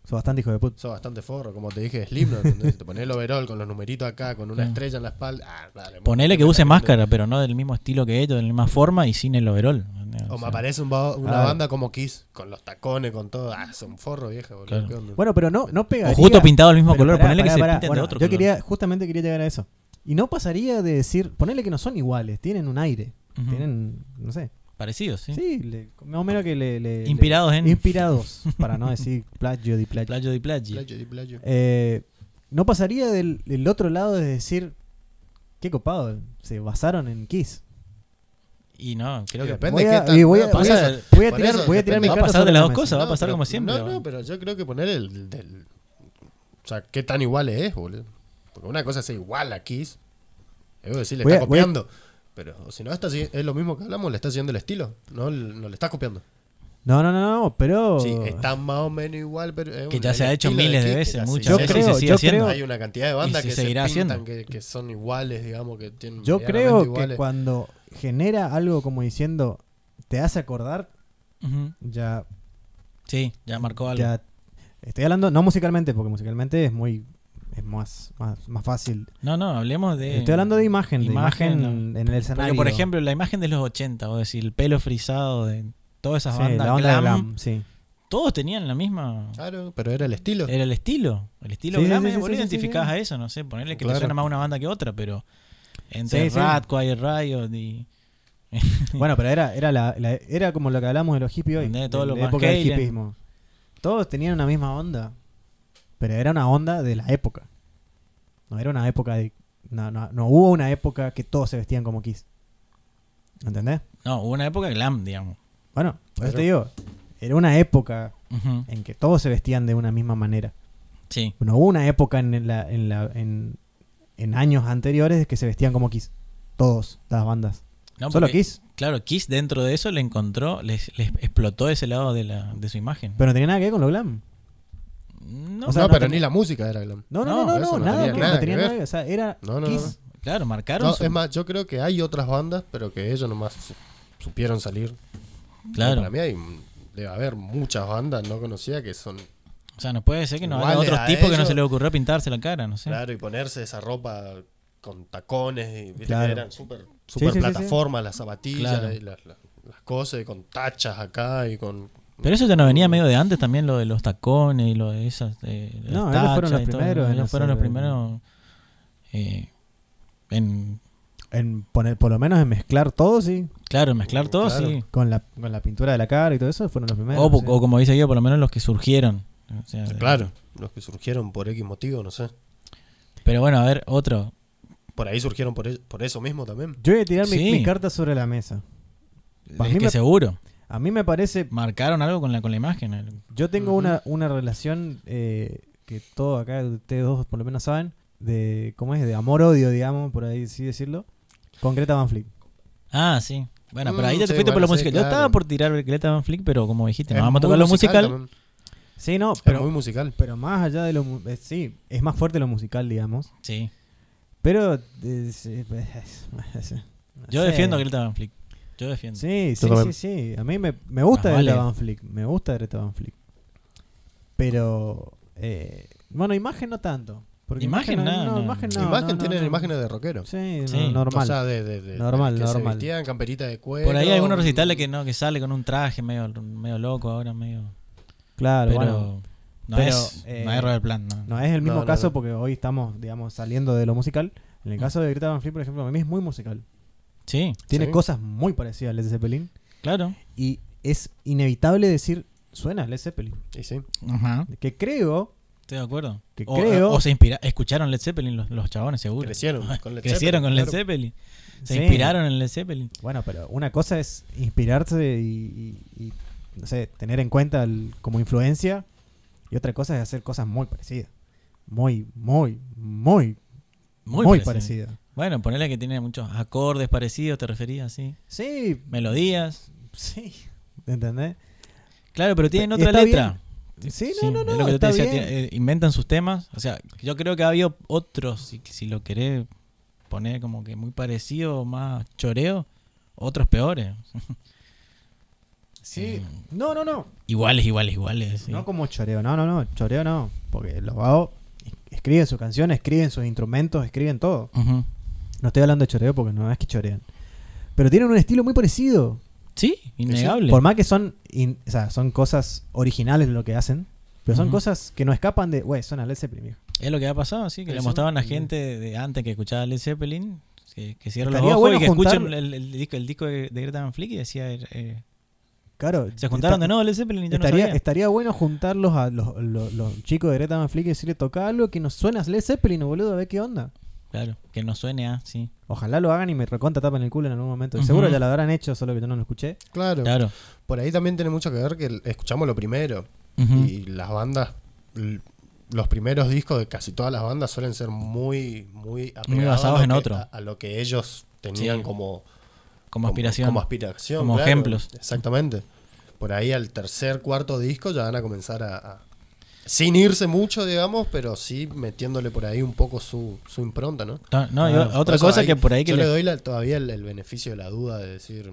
Speaker 1: Sos bastante hijo de puta.
Speaker 2: sos bastante forro, como te dije, Slim, ¿no? ¿Entendés? Si te pones el overall con los numeritos acá, con una estrella en la espalda. Ah, dale,
Speaker 3: Ponele
Speaker 2: te
Speaker 3: que
Speaker 2: metas
Speaker 3: use
Speaker 2: con-
Speaker 3: máscara, pero no del mismo estilo que ellos, de la misma forma y sin el overall.
Speaker 2: O,
Speaker 3: O
Speaker 2: me
Speaker 3: sea,
Speaker 2: aparece un ba- una
Speaker 1: Claro.
Speaker 2: banda como Kiss, con los tacones, con todo. Ah, son forro, vieja, boludo.
Speaker 3: Claro.
Speaker 2: ¿qué onda?
Speaker 1: Bueno, pero no, no pegaría.
Speaker 3: o justo pintado del mismo
Speaker 1: Pero
Speaker 3: color,
Speaker 1: pará,
Speaker 3: ponele que
Speaker 1: pará,
Speaker 3: se
Speaker 1: pará.
Speaker 3: pintan
Speaker 1: Bueno,
Speaker 3: de otro
Speaker 1: Yo
Speaker 3: color.
Speaker 1: quería, justamente quería llegar a eso. Y no pasaría de decir, ponele que no son iguales, tienen un aire.
Speaker 3: Ujú.
Speaker 1: Tienen, no sé.
Speaker 3: Parecidos, sí.
Speaker 1: Sí, le- más o menos que le. le-
Speaker 3: Inspirados
Speaker 1: le-
Speaker 3: en-
Speaker 1: Inspirados, para no decir plagio di plagio.
Speaker 3: Playo de plagio.
Speaker 2: Playo, di playo.
Speaker 1: Eh, no pasaría del, del otro lado de decir, qué copado, se basaron en Kiss.
Speaker 3: Y no, creo
Speaker 2: Y
Speaker 3: que
Speaker 2: depende
Speaker 1: Voy
Speaker 2: de
Speaker 1: a,
Speaker 2: qué tan-
Speaker 1: y voy a-
Speaker 2: no, por
Speaker 1: voy a-
Speaker 2: eso-
Speaker 1: voy a
Speaker 2: por
Speaker 1: tirar,
Speaker 2: eso
Speaker 1: voy a tirar
Speaker 2: depende.
Speaker 1: mi
Speaker 3: Va a
Speaker 1: carta
Speaker 3: pasar de
Speaker 1: sobre
Speaker 3: las
Speaker 1: la
Speaker 3: dos
Speaker 1: mesa.
Speaker 3: cosas, va a
Speaker 2: No,
Speaker 3: pasar
Speaker 2: pero-
Speaker 3: como siempre.
Speaker 2: No, no, pero yo creo que poner el. del- o sea, qué tan igual es, boludo. Porque una cosa es igual a Kiss. Debo decir, le
Speaker 1: Voy
Speaker 2: está
Speaker 1: a- voy a-
Speaker 2: copiando. Pero si no, está, sigui- es lo mismo que hablamos, le está siguiendo el estilo. No, el- no le está copiando.
Speaker 1: No, no, no, no, pero.
Speaker 2: Sí, está más o menos igual, pero. es
Speaker 3: Que
Speaker 2: un-
Speaker 3: ya se
Speaker 2: el
Speaker 3: ha hecho
Speaker 2: estilo
Speaker 3: miles de
Speaker 2: Kiss que
Speaker 3: veces,
Speaker 2: ya se
Speaker 3: muchas
Speaker 1: Yo
Speaker 2: hizo.
Speaker 3: veces. y
Speaker 1: creo,
Speaker 3: se sigue
Speaker 1: yo
Speaker 3: haciendo.
Speaker 1: creo-
Speaker 2: Hay una cantidad de
Speaker 3: Y
Speaker 2: bandas
Speaker 3: se
Speaker 2: que se
Speaker 3: seguirá
Speaker 2: pintan
Speaker 3: haciendo.
Speaker 2: que, que son iguales, digamos, que tienen.
Speaker 1: Yo
Speaker 2: medianamente
Speaker 1: creo que
Speaker 2: iguales.
Speaker 1: cuando genera algo como diciendo te hace acordar,
Speaker 3: Ujú.
Speaker 1: ya,
Speaker 3: Sí, ya marcó algo.
Speaker 1: ya- estoy hablando no musicalmente, porque musicalmente es muy es más más, más fácil.
Speaker 3: No, no, hablemos de.
Speaker 1: estoy hablando de imagen,
Speaker 3: imagen,
Speaker 1: de imagen en el
Speaker 3: Porque,
Speaker 1: escenario.
Speaker 3: por ejemplo, la imagen de los 80, o decir, el pelo frisado de todas esas
Speaker 1: Sí,
Speaker 3: bandas
Speaker 1: la onda de
Speaker 3: glam,
Speaker 1: glam, sí.
Speaker 3: todos tenían la misma.
Speaker 2: Claro, pero era el estilo.
Speaker 3: Era el estilo. El estilo
Speaker 1: Sí, sí,
Speaker 3: glam,
Speaker 1: sí,
Speaker 3: es,
Speaker 1: sí, sí,
Speaker 3: boludo,
Speaker 1: sí,
Speaker 3: identificás
Speaker 1: sí.
Speaker 3: a eso, no sé, ponerle que
Speaker 2: Claro.
Speaker 3: te suena más una banda que otra, pero entre
Speaker 1: Sí, sí.
Speaker 3: Rat, Quiet Riot y
Speaker 1: Bueno, pero era era la, la- era como lo que hablamos de los hippies hoy,
Speaker 3: Entendé, todo
Speaker 1: de
Speaker 3: lo
Speaker 1: la
Speaker 3: Van
Speaker 1: época del
Speaker 3: Halen.
Speaker 1: hippismo. Todos tenían una misma onda, pero era una onda de la época. No era una época de no, no, no hubo una época que todos se vestían como Kiss. ¿Entendés?
Speaker 3: no, hubo una época glam, digamos.
Speaker 1: Bueno, por eso
Speaker 2: Claro.
Speaker 1: te digo, era una época
Speaker 3: Ujú,
Speaker 1: en que todos se vestían de una misma manera.
Speaker 3: Sí,
Speaker 1: No hubo una época en, la, en, la, en, en años anteriores que se vestían como Kiss. Todos, las bandas.
Speaker 3: No,
Speaker 1: Solo
Speaker 3: porque-
Speaker 1: Kiss.
Speaker 3: claro, Kiss dentro de eso le encontró, les, les explotó ese lado de la de su imagen.
Speaker 1: Pero no tenía nada que ver con lo glam.
Speaker 3: No,
Speaker 1: O sea,
Speaker 2: no,
Speaker 1: no
Speaker 2: pero
Speaker 1: tenía-
Speaker 2: ni la música era glam.
Speaker 1: No, no, no, no,
Speaker 2: eso
Speaker 1: no,
Speaker 2: no
Speaker 1: nada,
Speaker 2: tenía
Speaker 1: que,
Speaker 2: nada
Speaker 1: no
Speaker 2: que
Speaker 1: tenía
Speaker 2: ver.
Speaker 1: nada que- O sea, era
Speaker 2: No, no, no.
Speaker 1: Kiss.
Speaker 3: claro, marcaron.
Speaker 2: No,
Speaker 3: su-
Speaker 2: es más, yo creo que hay otras bandas, pero que ellos nomás su- supieron salir.
Speaker 3: claro.
Speaker 2: Para mí hay, debe haber muchas bandas no conocidas que son...
Speaker 3: O sea, no puede ser que no haya
Speaker 2: Iguales
Speaker 3: otros
Speaker 2: a
Speaker 3: tipos que no
Speaker 2: ellos.
Speaker 3: se les ocurrió pintarse la cara, no sé.
Speaker 2: Claro, y ponerse esa ropa con tacones, y, viste
Speaker 1: Claro.
Speaker 2: que eran súper super
Speaker 1: sí, sí, sí.
Speaker 2: plataformas, las zapatillas
Speaker 3: Claro.
Speaker 2: y las, las- las cosas, y con tachas acá y con...
Speaker 3: Pero eso ya no venía medio de antes también, lo de los tacones y lo de esas. eh, las
Speaker 1: No, ellos fueron
Speaker 3: tachas
Speaker 1: los
Speaker 3: y todo,
Speaker 1: primeros en
Speaker 3: Ellos fueron los
Speaker 1: hacer-
Speaker 3: primeros. eh, en.
Speaker 1: En poner, por lo menos en mezclar todo, sí.
Speaker 3: Claro, en mezclar todo,
Speaker 2: Claro.
Speaker 3: sí.
Speaker 1: Con la, con la pintura de la cara y todo eso, fueron los primeros.
Speaker 3: O, po-
Speaker 1: sí.
Speaker 3: o como dice yo, por lo menos los que surgieron. O sea, de-
Speaker 2: Eh, Claro, los que surgieron por X motivo, no sé.
Speaker 3: Pero bueno, a ver, otro.
Speaker 2: Por ahí surgieron por, e- por eso mismo también.
Speaker 1: Yo voy a tirar mi,
Speaker 3: Sí.
Speaker 1: mi carta sobre la mesa. Pa'
Speaker 3: Es
Speaker 1: mí
Speaker 3: que
Speaker 1: me-
Speaker 3: seguro.
Speaker 1: A mí me parece.
Speaker 3: Marcaron algo con la, con la imagen. el-
Speaker 1: Yo tengo una, una relación eh, que todos acá, ustedes dos por lo menos saben, de. ¿Cómo es? De amor-odio, digamos, por ahí sí decirlo. Con Greta Van Fleet.
Speaker 3: Ah, sí. Bueno, pero ahí
Speaker 2: Mm,
Speaker 3: ya te
Speaker 2: sí,
Speaker 3: fuiste por
Speaker 2: bueno,
Speaker 3: lo
Speaker 2: sí,
Speaker 3: musical. Yo
Speaker 2: claro.
Speaker 3: estaba por tirar Greta Van Flick, pero como dijiste,
Speaker 2: Es
Speaker 3: no vamos
Speaker 2: muy
Speaker 3: a tocar lo musical.
Speaker 2: también.
Speaker 1: Sí, no,
Speaker 2: es muy
Speaker 1: pero,
Speaker 2: musical.
Speaker 1: pero más allá de lo. mu- eh, sí, es más fuerte lo musical, digamos.
Speaker 3: Sí.
Speaker 1: Pero. eh, sí, pues, no
Speaker 3: Yo
Speaker 1: sé.
Speaker 3: defiendo a Greta Van Flick. Yo defiendo.
Speaker 1: Sí, sí, sí,
Speaker 2: también.
Speaker 1: sí. A mí me, me gusta
Speaker 3: Más
Speaker 1: Greta
Speaker 3: vale.
Speaker 1: Van Fleet. Me gusta Greta Van Fleet. Pero. eh, bueno, imagen no tanto. Porque no,
Speaker 3: Imagen, no,
Speaker 1: no,
Speaker 3: no.
Speaker 1: imagen no.
Speaker 2: imagen
Speaker 1: no, no,
Speaker 2: tienen
Speaker 1: no.
Speaker 2: imágenes de rockero.
Speaker 1: Sí, no,
Speaker 3: Sí.
Speaker 1: normal.
Speaker 2: O sea, de, de- de-
Speaker 1: Normal,
Speaker 2: que
Speaker 1: normal.
Speaker 2: Se vestían, camperita de cuero.
Speaker 3: Por ahí hay unos recitales que no, que sale con un traje medio, medio loco ahora, medio.
Speaker 1: claro,
Speaker 3: Pero,
Speaker 1: bueno.
Speaker 3: no,
Speaker 1: pero,
Speaker 3: es,
Speaker 1: eh,
Speaker 3: no es Robert Plant, no. Mm.
Speaker 1: No es el mismo
Speaker 2: No, no,
Speaker 1: caso
Speaker 2: no.
Speaker 1: porque hoy estamos, digamos, saliendo de lo musical. En el caso de Greta Van Fleet, por ejemplo, a mí es muy musical.
Speaker 3: Sí,
Speaker 1: Tiene
Speaker 2: Sí.
Speaker 1: cosas muy parecidas a Led Zeppelin.
Speaker 3: claro.
Speaker 1: Y es inevitable decir, suena a Led Zeppelin.
Speaker 2: Y sí.
Speaker 3: Ajá.
Speaker 1: Que creo
Speaker 3: Estoy de acuerdo.
Speaker 1: Que
Speaker 3: o,
Speaker 1: creo-
Speaker 3: o se inspira escucharon Led Zeppelin los, los chabones, seguro.
Speaker 2: Crecieron con Led
Speaker 3: Crecieron con Led
Speaker 2: claro.
Speaker 3: Zeppelin. Se
Speaker 1: Sí.
Speaker 3: inspiraron en Led Zeppelin.
Speaker 1: Bueno, pero una cosa es inspirarse y, y- y, no sé, tener en cuenta el- como influencia. Y otra cosa es hacer cosas muy parecidas. Muy, muy, muy, muy,
Speaker 3: Muy, parecido.
Speaker 1: parecidas.
Speaker 3: Bueno, ponerle que tiene muchos acordes parecidos, te referías, sí.
Speaker 1: Sí,
Speaker 3: Melodías.
Speaker 1: sí. ¿Entendés?
Speaker 3: Claro, pero tienen
Speaker 1: Y
Speaker 3: otra
Speaker 1: está
Speaker 3: letra.
Speaker 1: bien. Sí, no, no, no,
Speaker 3: Es lo que yo
Speaker 1: está
Speaker 3: te decía,
Speaker 1: bien.
Speaker 3: tiene- eh, inventan sus temas. O sea, yo creo que ha habido otros, si, si lo querés poner como que muy parecido, más choreo, otros peores.
Speaker 1: Sí. No, no, no.
Speaker 3: Iguales, iguales, iguales. Eh, sí.
Speaker 1: No como choreo, no, no, no. Choreo no. Porque los vagos escriben sus canciones, escriben sus instrumentos, escriben todo.
Speaker 3: Ujú.
Speaker 1: No estoy hablando de choreo porque no es que chorean. Pero tienen un estilo muy parecido.
Speaker 3: Sí, innegable.
Speaker 1: Por más que son, in- o sea, son cosas originales lo que hacen, pero son
Speaker 3: Ujú.
Speaker 1: cosas que no escapan de, güey, son a Led Zeppelin. viejo".
Speaker 3: Es lo que ha pasado, sí, que le
Speaker 2: Eso,
Speaker 3: mostraban a
Speaker 2: sí.
Speaker 3: gente de antes que escuchaba Led Zeppelin, que, que cierran los
Speaker 1: Estaría
Speaker 3: ojos
Speaker 1: bueno
Speaker 3: y que
Speaker 1: juntar-
Speaker 3: escuchen el, el disco, el disco de, de Greta Van Flick y decía, eh,
Speaker 1: Claro.
Speaker 3: se juntaron
Speaker 1: esta-
Speaker 3: de nuevo Led Zeppelin y yo no
Speaker 1: Estaría,
Speaker 3: sabía.
Speaker 1: estaría bueno juntarlos a los, los- los chicos de Greta Van Fleet y decirle, toca algo que nos suena a Led Zeppelin, boludo, a ver qué onda.
Speaker 3: Claro, que no suene a, sí.
Speaker 1: Ojalá lo hagan y me reconta tapen el culo en algún momento.
Speaker 3: Ujú.
Speaker 1: Seguro ya lo habrán hecho, solo que yo no lo escuché.
Speaker 2: Claro.
Speaker 3: Claro.
Speaker 2: Por ahí también tiene mucho que ver que escuchamos lo primero.
Speaker 3: Ujú.
Speaker 2: Y las bandas, l- los primeros discos de casi todas las bandas suelen ser muy, muy apegados
Speaker 3: basados
Speaker 2: a lo
Speaker 3: en
Speaker 2: que-
Speaker 3: otro.
Speaker 2: A, a lo que ellos tenían
Speaker 3: Sí.
Speaker 2: como,
Speaker 3: como aspiración.
Speaker 2: Como aspiración.
Speaker 3: Como
Speaker 2: claro.
Speaker 3: ejemplos.
Speaker 2: Exactamente. Por ahí al tercer, cuarto disco ya van a comenzar a, a- Sin irse mucho, digamos, pero sí metiéndole por ahí un poco su, su impronta, ¿no?
Speaker 3: No, no, yo-
Speaker 2: Claro. Por
Speaker 3: otra
Speaker 2: eso
Speaker 3: cosa
Speaker 2: ahí-
Speaker 3: que por ahí que
Speaker 2: yo le,
Speaker 3: le-
Speaker 2: doy la- todavía el, el beneficio de la duda de decir,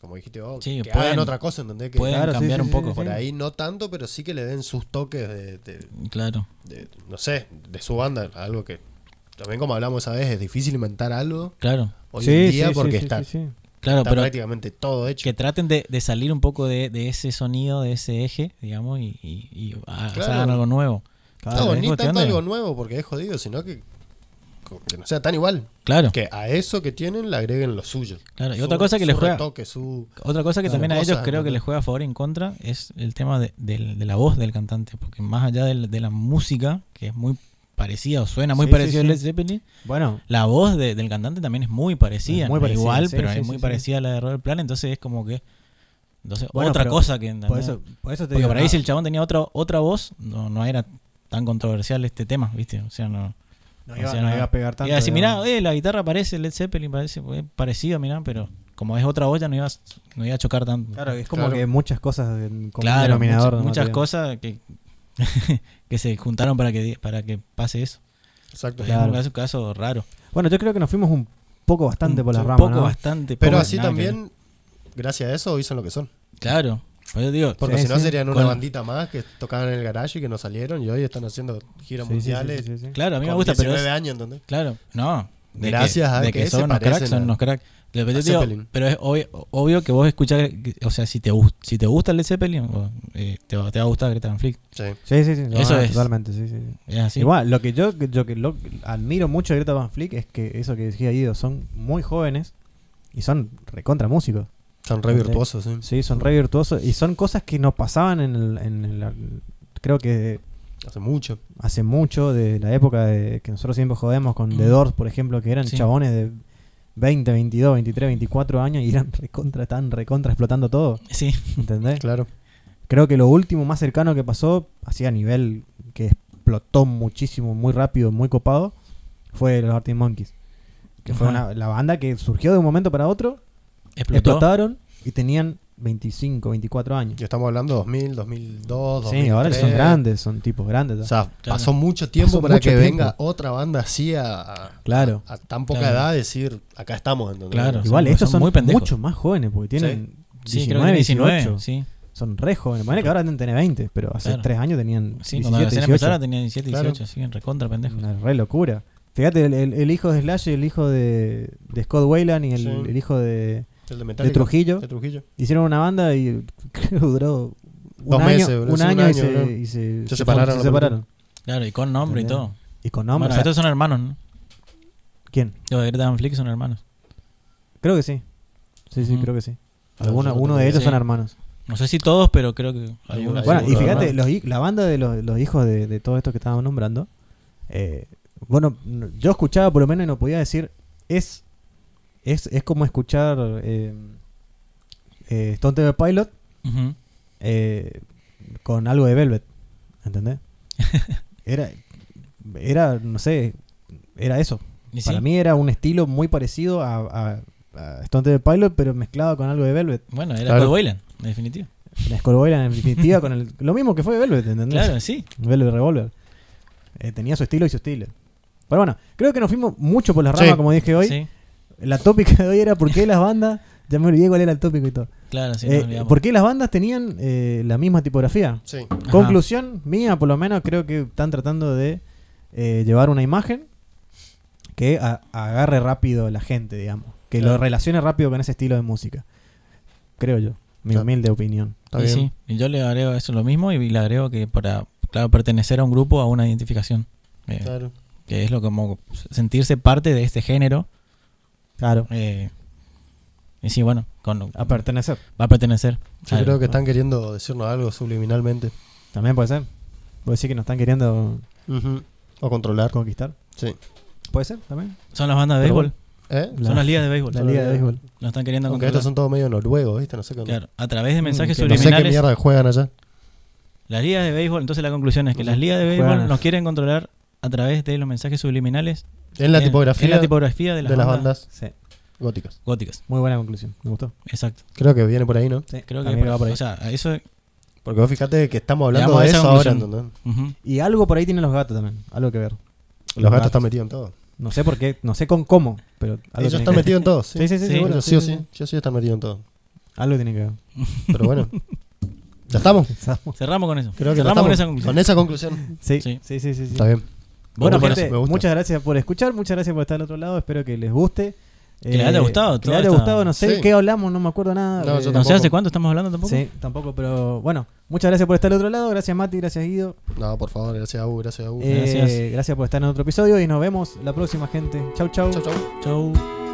Speaker 2: como dijiste vos,
Speaker 3: Sí,
Speaker 2: que
Speaker 3: pueden-
Speaker 2: hagan otra cosa, ¿entendés? Que
Speaker 3: pueden
Speaker 1: Claro, sí,
Speaker 3: cambiar
Speaker 1: sí,
Speaker 3: un
Speaker 1: sí,
Speaker 3: poco.
Speaker 1: sí,
Speaker 2: por
Speaker 1: sí.
Speaker 2: ahí no tanto, pero sí que le den sus toques de, de-
Speaker 3: Claro.
Speaker 2: de- no sé, de su banda, algo que también como hablamos esa vez, es difícil inventar algo
Speaker 3: Claro.
Speaker 2: hoy en día porque está,
Speaker 3: Claro,
Speaker 2: está
Speaker 3: pero
Speaker 2: prácticamente todo hecho.
Speaker 3: que traten de, de salir un poco de, de ese sonido, de ese eje, digamos, y, y, y ha-
Speaker 2: Claro.
Speaker 3: hagan algo nuevo.
Speaker 1: Claro,
Speaker 2: No,
Speaker 3: es
Speaker 2: ni
Speaker 3: cuestión
Speaker 2: tanto
Speaker 3: de-
Speaker 2: algo nuevo porque es jodido, sino que, que no sea tan igual.
Speaker 3: Claro.
Speaker 2: Que a eso que tienen le agreguen lo suyo.
Speaker 3: Claro, y
Speaker 2: Su-
Speaker 3: otra cosa que
Speaker 2: su
Speaker 3: les juega-
Speaker 2: retoque, su-
Speaker 3: Otra cosa que
Speaker 2: Claro,
Speaker 3: también a ellos
Speaker 2: cosas,
Speaker 3: creo que
Speaker 2: ¿no?
Speaker 3: les juega a favor y en contra es el tema de, del- de la voz del cantante, porque más allá del- de, la música, que es muy parecida o suena muy
Speaker 1: Sí,
Speaker 3: parecida
Speaker 1: sí,
Speaker 3: a Led
Speaker 1: sí.
Speaker 3: Zeppelin,
Speaker 1: Bueno,
Speaker 3: la voz de- del cantante también es muy parecida,
Speaker 1: Es muy
Speaker 3: no es
Speaker 1: parecida,
Speaker 3: igual,
Speaker 1: sí,
Speaker 3: pero
Speaker 1: sí,
Speaker 3: es
Speaker 1: sí,
Speaker 3: muy
Speaker 1: sí.
Speaker 3: parecida a la de Robert Plant, entonces es como que entonces
Speaker 1: Bueno,
Speaker 3: otra
Speaker 1: pero
Speaker 3: cosa que
Speaker 1: por
Speaker 3: ¿entendés?
Speaker 1: eso, por eso te
Speaker 3: porque
Speaker 1: digo.
Speaker 3: por ahí
Speaker 1: no,
Speaker 3: si el chabón tenía otra otra voz, no, no era tan controversial este tema, ¿viste? O sea, no
Speaker 1: no
Speaker 3: o
Speaker 1: iba,
Speaker 3: sea,
Speaker 1: no
Speaker 3: no-
Speaker 1: iba a pegar tanto.
Speaker 3: iba a decir,
Speaker 1: digamos.
Speaker 3: mirá, eh, la guitarra parece Led Zeppelin, parece eh, parecido, mirá, pero como es otra olla no iba a, no iba a chocar tanto.
Speaker 1: Claro, es como
Speaker 2: Claro.
Speaker 1: que muchas cosas en común
Speaker 3: claro,
Speaker 1: denominador.
Speaker 3: muchas,
Speaker 1: ¿no?
Speaker 3: muchas
Speaker 1: Te-
Speaker 3: cosas que que se juntaron para que, di- para que pase eso.
Speaker 2: Exacto.
Speaker 1: Claro.
Speaker 3: Digamos que Es un caso raro.
Speaker 1: Bueno, yo creo que nos fuimos un poco bastante por las
Speaker 3: Un
Speaker 1: ramas.
Speaker 3: poco,
Speaker 1: ¿no?
Speaker 3: bastante.
Speaker 2: Pero
Speaker 3: poco,
Speaker 2: así
Speaker 3: nada que ver.
Speaker 2: también, gracias a eso, hoy son lo que son.
Speaker 3: Claro. Por eso digo,
Speaker 2: Porque
Speaker 1: Sí,
Speaker 2: si no
Speaker 1: sí.
Speaker 2: serían una
Speaker 3: Con-
Speaker 2: bandita más que tocaban en el garage y que no salieron y hoy están haciendo giras
Speaker 1: Sí, sí, sí,
Speaker 2: mundiales.
Speaker 1: sí, sí, sí.
Speaker 3: claro, a mí me
Speaker 2: con
Speaker 3: gusta, pero
Speaker 2: 19
Speaker 3: es-
Speaker 2: años, ¿entendés?
Speaker 3: Claro, no. de
Speaker 2: Gracias a
Speaker 3: de
Speaker 2: que
Speaker 3: que,
Speaker 2: se
Speaker 3: son unos cracks,
Speaker 2: parecen
Speaker 3: son
Speaker 2: a-
Speaker 3: unos cracks. Lo que
Speaker 2: a
Speaker 3: te digo,
Speaker 2: Zeppelin.
Speaker 3: pero es obvio, obvio que vos escuchás, o sea, si te, gust- si te gusta el Led Zeppelin, o, eh, te, va, te va a gustar Greta Van Fleet.
Speaker 2: Sí.
Speaker 1: Sí, sí, sí.
Speaker 3: Eso
Speaker 1: ah,
Speaker 3: es.
Speaker 1: Totalmente, sí, sí. sí.
Speaker 3: Es así.
Speaker 1: Igual, lo que yo, yo que lo, admiro mucho de Greta Van Flick es que eso que decía Ido, son muy jóvenes y son recontra músicos.
Speaker 2: Son re virtuosos, sí.
Speaker 1: Sí, son re virtuosos y son cosas que nos pasaban en el, en el- creo que
Speaker 2: Hace mucho.
Speaker 1: hace mucho de la época de que nosotros siempre jodemos con The
Speaker 3: Mm.
Speaker 1: Doors, por ejemplo, que eran
Speaker 3: Sí.
Speaker 1: chabones de 20, 22, 23, 24 años y eran recontra, estaban recontra explotando todo,
Speaker 3: Sí,
Speaker 1: ¿entendés?
Speaker 2: Claro.
Speaker 1: Creo que lo último más cercano que pasó, así a nivel que explotó muchísimo, muy rápido, muy copado, fue los Arctic Monkeys. Que fue
Speaker 3: Ajá.
Speaker 1: una- la banda que surgió de un momento para otro,
Speaker 3: explotó.
Speaker 1: explotaron y tenían 25, 24 años.
Speaker 2: Y estamos hablando 2000, 2002, 2003.
Speaker 1: Sí, ahora son grandes, son tipos grandes.
Speaker 2: O
Speaker 1: ya.
Speaker 2: sea,
Speaker 3: Claro.
Speaker 2: pasó mucho tiempo
Speaker 1: Pasó
Speaker 2: para
Speaker 1: mucho
Speaker 2: que
Speaker 1: tiempo.
Speaker 2: venga otra banda así a, a-
Speaker 1: claro.
Speaker 2: a tan poca
Speaker 3: Claro.
Speaker 2: edad decir, acá estamos, ¿entendés?
Speaker 3: Claro.
Speaker 1: Igual,
Speaker 3: son-
Speaker 1: estos son,
Speaker 3: son muy pendejos.
Speaker 1: mucho más jóvenes porque tienen
Speaker 3: Sí,
Speaker 1: 19,
Speaker 3: creo que 19,
Speaker 1: 18.
Speaker 3: sí.
Speaker 1: Son re jóvenes. Ponele que ahora deben tener 20, pero hace
Speaker 3: Claro.
Speaker 1: 3 años tenían
Speaker 3: Sí, cuando
Speaker 1: 17,
Speaker 3: recién
Speaker 1: 18.
Speaker 3: empezaron tenía 17,
Speaker 2: Claro.
Speaker 3: 18, sí, en recontra, pendejo.
Speaker 1: Una re locura. Fíjate, el, el- el hijo de Slash y el hijo de, de Scott Wayland y el,
Speaker 2: Sí.
Speaker 1: el hijo de,
Speaker 2: El de,
Speaker 1: de
Speaker 2: Metallica,
Speaker 1: Trujillo
Speaker 2: de Trujillo.
Speaker 1: hicieron una banda y creo que duró un
Speaker 2: Dos
Speaker 1: año,
Speaker 2: meses, bro,
Speaker 1: un
Speaker 2: sí, un
Speaker 1: año, y,
Speaker 2: año, bro.
Speaker 1: se, y se-
Speaker 2: Se
Speaker 1: se
Speaker 2: separaron,
Speaker 1: se
Speaker 2: la
Speaker 1: separaron.
Speaker 3: Claro, y con nombre y
Speaker 1: ¿Entendés?
Speaker 3: todo.
Speaker 1: Y con nombre.
Speaker 3: bueno,
Speaker 1: o sea,
Speaker 3: estos son hermanos, ¿no?
Speaker 1: ¿Quién?
Speaker 3: Los de Greta Van Fleet son hermanos.
Speaker 1: Creo que sí. Sí, sí,
Speaker 3: Ujú. Ah,
Speaker 1: creo que sí.
Speaker 2: Claro,
Speaker 1: Alguno,
Speaker 2: yo no
Speaker 1: uno de
Speaker 2: tengo
Speaker 1: ellos
Speaker 3: idea.
Speaker 1: son
Speaker 3: Sí.
Speaker 1: hermanos.
Speaker 3: No sé si todos, pero creo que algunos.
Speaker 2: Ahí
Speaker 1: Bueno, y
Speaker 2: seguro,
Speaker 1: fíjate,
Speaker 2: hermano.
Speaker 1: los hi- la banda de los, los hijos de, de todo esto que estábamos nombrando, eh, bueno, no- yo escuchaba por lo menos y no podía decir, es es, es como escuchar eh, eh, Stone Temple Pilot
Speaker 3: Ujú.
Speaker 1: eh, con algo de Velvet, ¿entendés? Era, era no sé, era eso.
Speaker 3: Y sí,
Speaker 1: Para mí era un estilo muy parecido a, a, a Stone Temple Pilot, pero mezclado con algo de Velvet.
Speaker 3: Bueno, era
Speaker 2: Claro.
Speaker 3: Scott Weiland, en definitiva.
Speaker 1: La Skullboyla en definitiva con el, lo mismo que fue Velvet, ¿entendés?
Speaker 3: Claro, sí.
Speaker 1: Velvet Revolver. Eh, tenía su estilo y su estilo. Pero bueno, creo que nos fuimos mucho por las ramas,
Speaker 2: Sí.
Speaker 1: como dije hoy.
Speaker 3: Sí,
Speaker 1: La tópica de hoy era por qué las bandas, ya me olvidé cuál era el tópico y todo.
Speaker 3: claro, sí.
Speaker 1: Eh,
Speaker 3: no olvidamos.
Speaker 1: ¿Por qué las bandas tenían eh, la misma tipografía?
Speaker 2: Sí.
Speaker 3: Ajá.
Speaker 1: Conclusión mía, por lo menos, creo que están tratando de eh, llevar una imagen que a- agarre rápido la gente, digamos. Que lo
Speaker 2: Claro.
Speaker 1: relacione rápido con ese estilo de música. Creo yo. Mi
Speaker 2: Claro.
Speaker 1: humilde opinión.
Speaker 2: Está
Speaker 3: y
Speaker 2: bien.
Speaker 3: sí, y yo le agrego eso lo mismo y le agrego que para, claro, pertenecer a un grupo, a una identificación, eh,
Speaker 2: Claro.
Speaker 3: que es lo como sentirse parte de este género.
Speaker 1: Claro.
Speaker 3: eh, y sí, bueno, con,
Speaker 1: A pertenecer.
Speaker 3: va a pertenecer.
Speaker 2: Yo
Speaker 3: al-
Speaker 2: creo que están queriendo decirnos algo subliminalmente.
Speaker 1: También puede ser. Puede decir que nos están queriendo
Speaker 2: O controlar.
Speaker 1: conquistar.
Speaker 2: Sí.
Speaker 1: Puede ser también.
Speaker 3: Son las bandas de
Speaker 1: Pero
Speaker 3: béisbol,
Speaker 2: ¿Eh?
Speaker 1: la-
Speaker 3: son las ligas de béisbol.
Speaker 1: La liga de béisbol.
Speaker 3: Nos están queriendo
Speaker 2: Aunque
Speaker 3: controlar.
Speaker 2: estos son todos medio noruegos, ¿viste? No sé qué,
Speaker 3: Claro, a través de mensajes
Speaker 1: que
Speaker 2: no sé qué
Speaker 3: subliminales.
Speaker 2: mierda juegan allá.
Speaker 3: Las ligas de béisbol, entonces la conclusión es que las ligas de béisbol
Speaker 1: Juegan.
Speaker 3: nos quieren controlar a través de los mensajes subliminales
Speaker 2: En la
Speaker 3: en-
Speaker 2: tipografía
Speaker 3: en la tipografía de las, bandas,
Speaker 1: Sí.
Speaker 2: góticas.
Speaker 3: góticas.
Speaker 1: Muy buena conclusión. Me gustó.
Speaker 3: Exacto.
Speaker 2: Creo que viene por ahí, ¿no?
Speaker 1: Sí,
Speaker 3: Creo
Speaker 1: también
Speaker 3: que
Speaker 1: va por ahí.
Speaker 3: o sea, eso
Speaker 2: Porque vos fíjate que estamos hablando
Speaker 3: Llegamos a
Speaker 2: de
Speaker 3: esa
Speaker 2: eso ahora.
Speaker 3: conclusión.
Speaker 2: ¿entendés?
Speaker 3: ujú.
Speaker 1: Y algo por ahí tienen los gatos también. Algo que ver.
Speaker 2: Los gatos están metidos en todo.
Speaker 1: No sé por qué, no sé con cómo, pero algo
Speaker 2: Ellos
Speaker 1: tiene
Speaker 2: están
Speaker 1: que ver.
Speaker 2: metidos en todo. Sí,
Speaker 1: Sí, sí, sí,
Speaker 3: Sí,
Speaker 1: seguro,
Speaker 2: Ellos sí o sí. Yo sí están metidos en todo.
Speaker 1: Algo tiene que ver.
Speaker 2: Pero bueno. ya estamos.
Speaker 1: Pensamos.
Speaker 3: Cerramos con eso.
Speaker 2: Creo que ya
Speaker 3: Cerramos
Speaker 2: estamos.
Speaker 3: con esa
Speaker 2: Con esa
Speaker 3: conclusión.
Speaker 2: conclusión.
Speaker 1: Sí, sí,
Speaker 3: Sí.
Speaker 1: sí, sí. sí.
Speaker 2: Está bien.
Speaker 1: Bueno,
Speaker 2: Me gusta,
Speaker 1: gente,
Speaker 2: me gusta.
Speaker 1: muchas gracias por escuchar, muchas gracias por estar al otro lado. Espero que les guste. Eh,
Speaker 3: Que les haya gustado
Speaker 1: Que
Speaker 3: toda
Speaker 1: les haya
Speaker 3: esta-
Speaker 1: gustado, no sé
Speaker 2: Sí.
Speaker 1: qué hablamos, no me acuerdo nada. Eh,
Speaker 2: No, yo
Speaker 3: No sé
Speaker 2: tampoco.
Speaker 3: hace cuánto estamos hablando tampoco.
Speaker 1: Sí, tampoco, pero bueno, muchas gracias por estar al otro lado. Gracias, Mati, gracias, Guido.
Speaker 2: No, por favor, gracias a U, gracias a U.
Speaker 1: Eh,
Speaker 3: Gracias.
Speaker 1: gracias por estar en otro episodio y nos vemos la próxima, gente. Chau, chau.
Speaker 2: Chau, chau.
Speaker 3: Chau.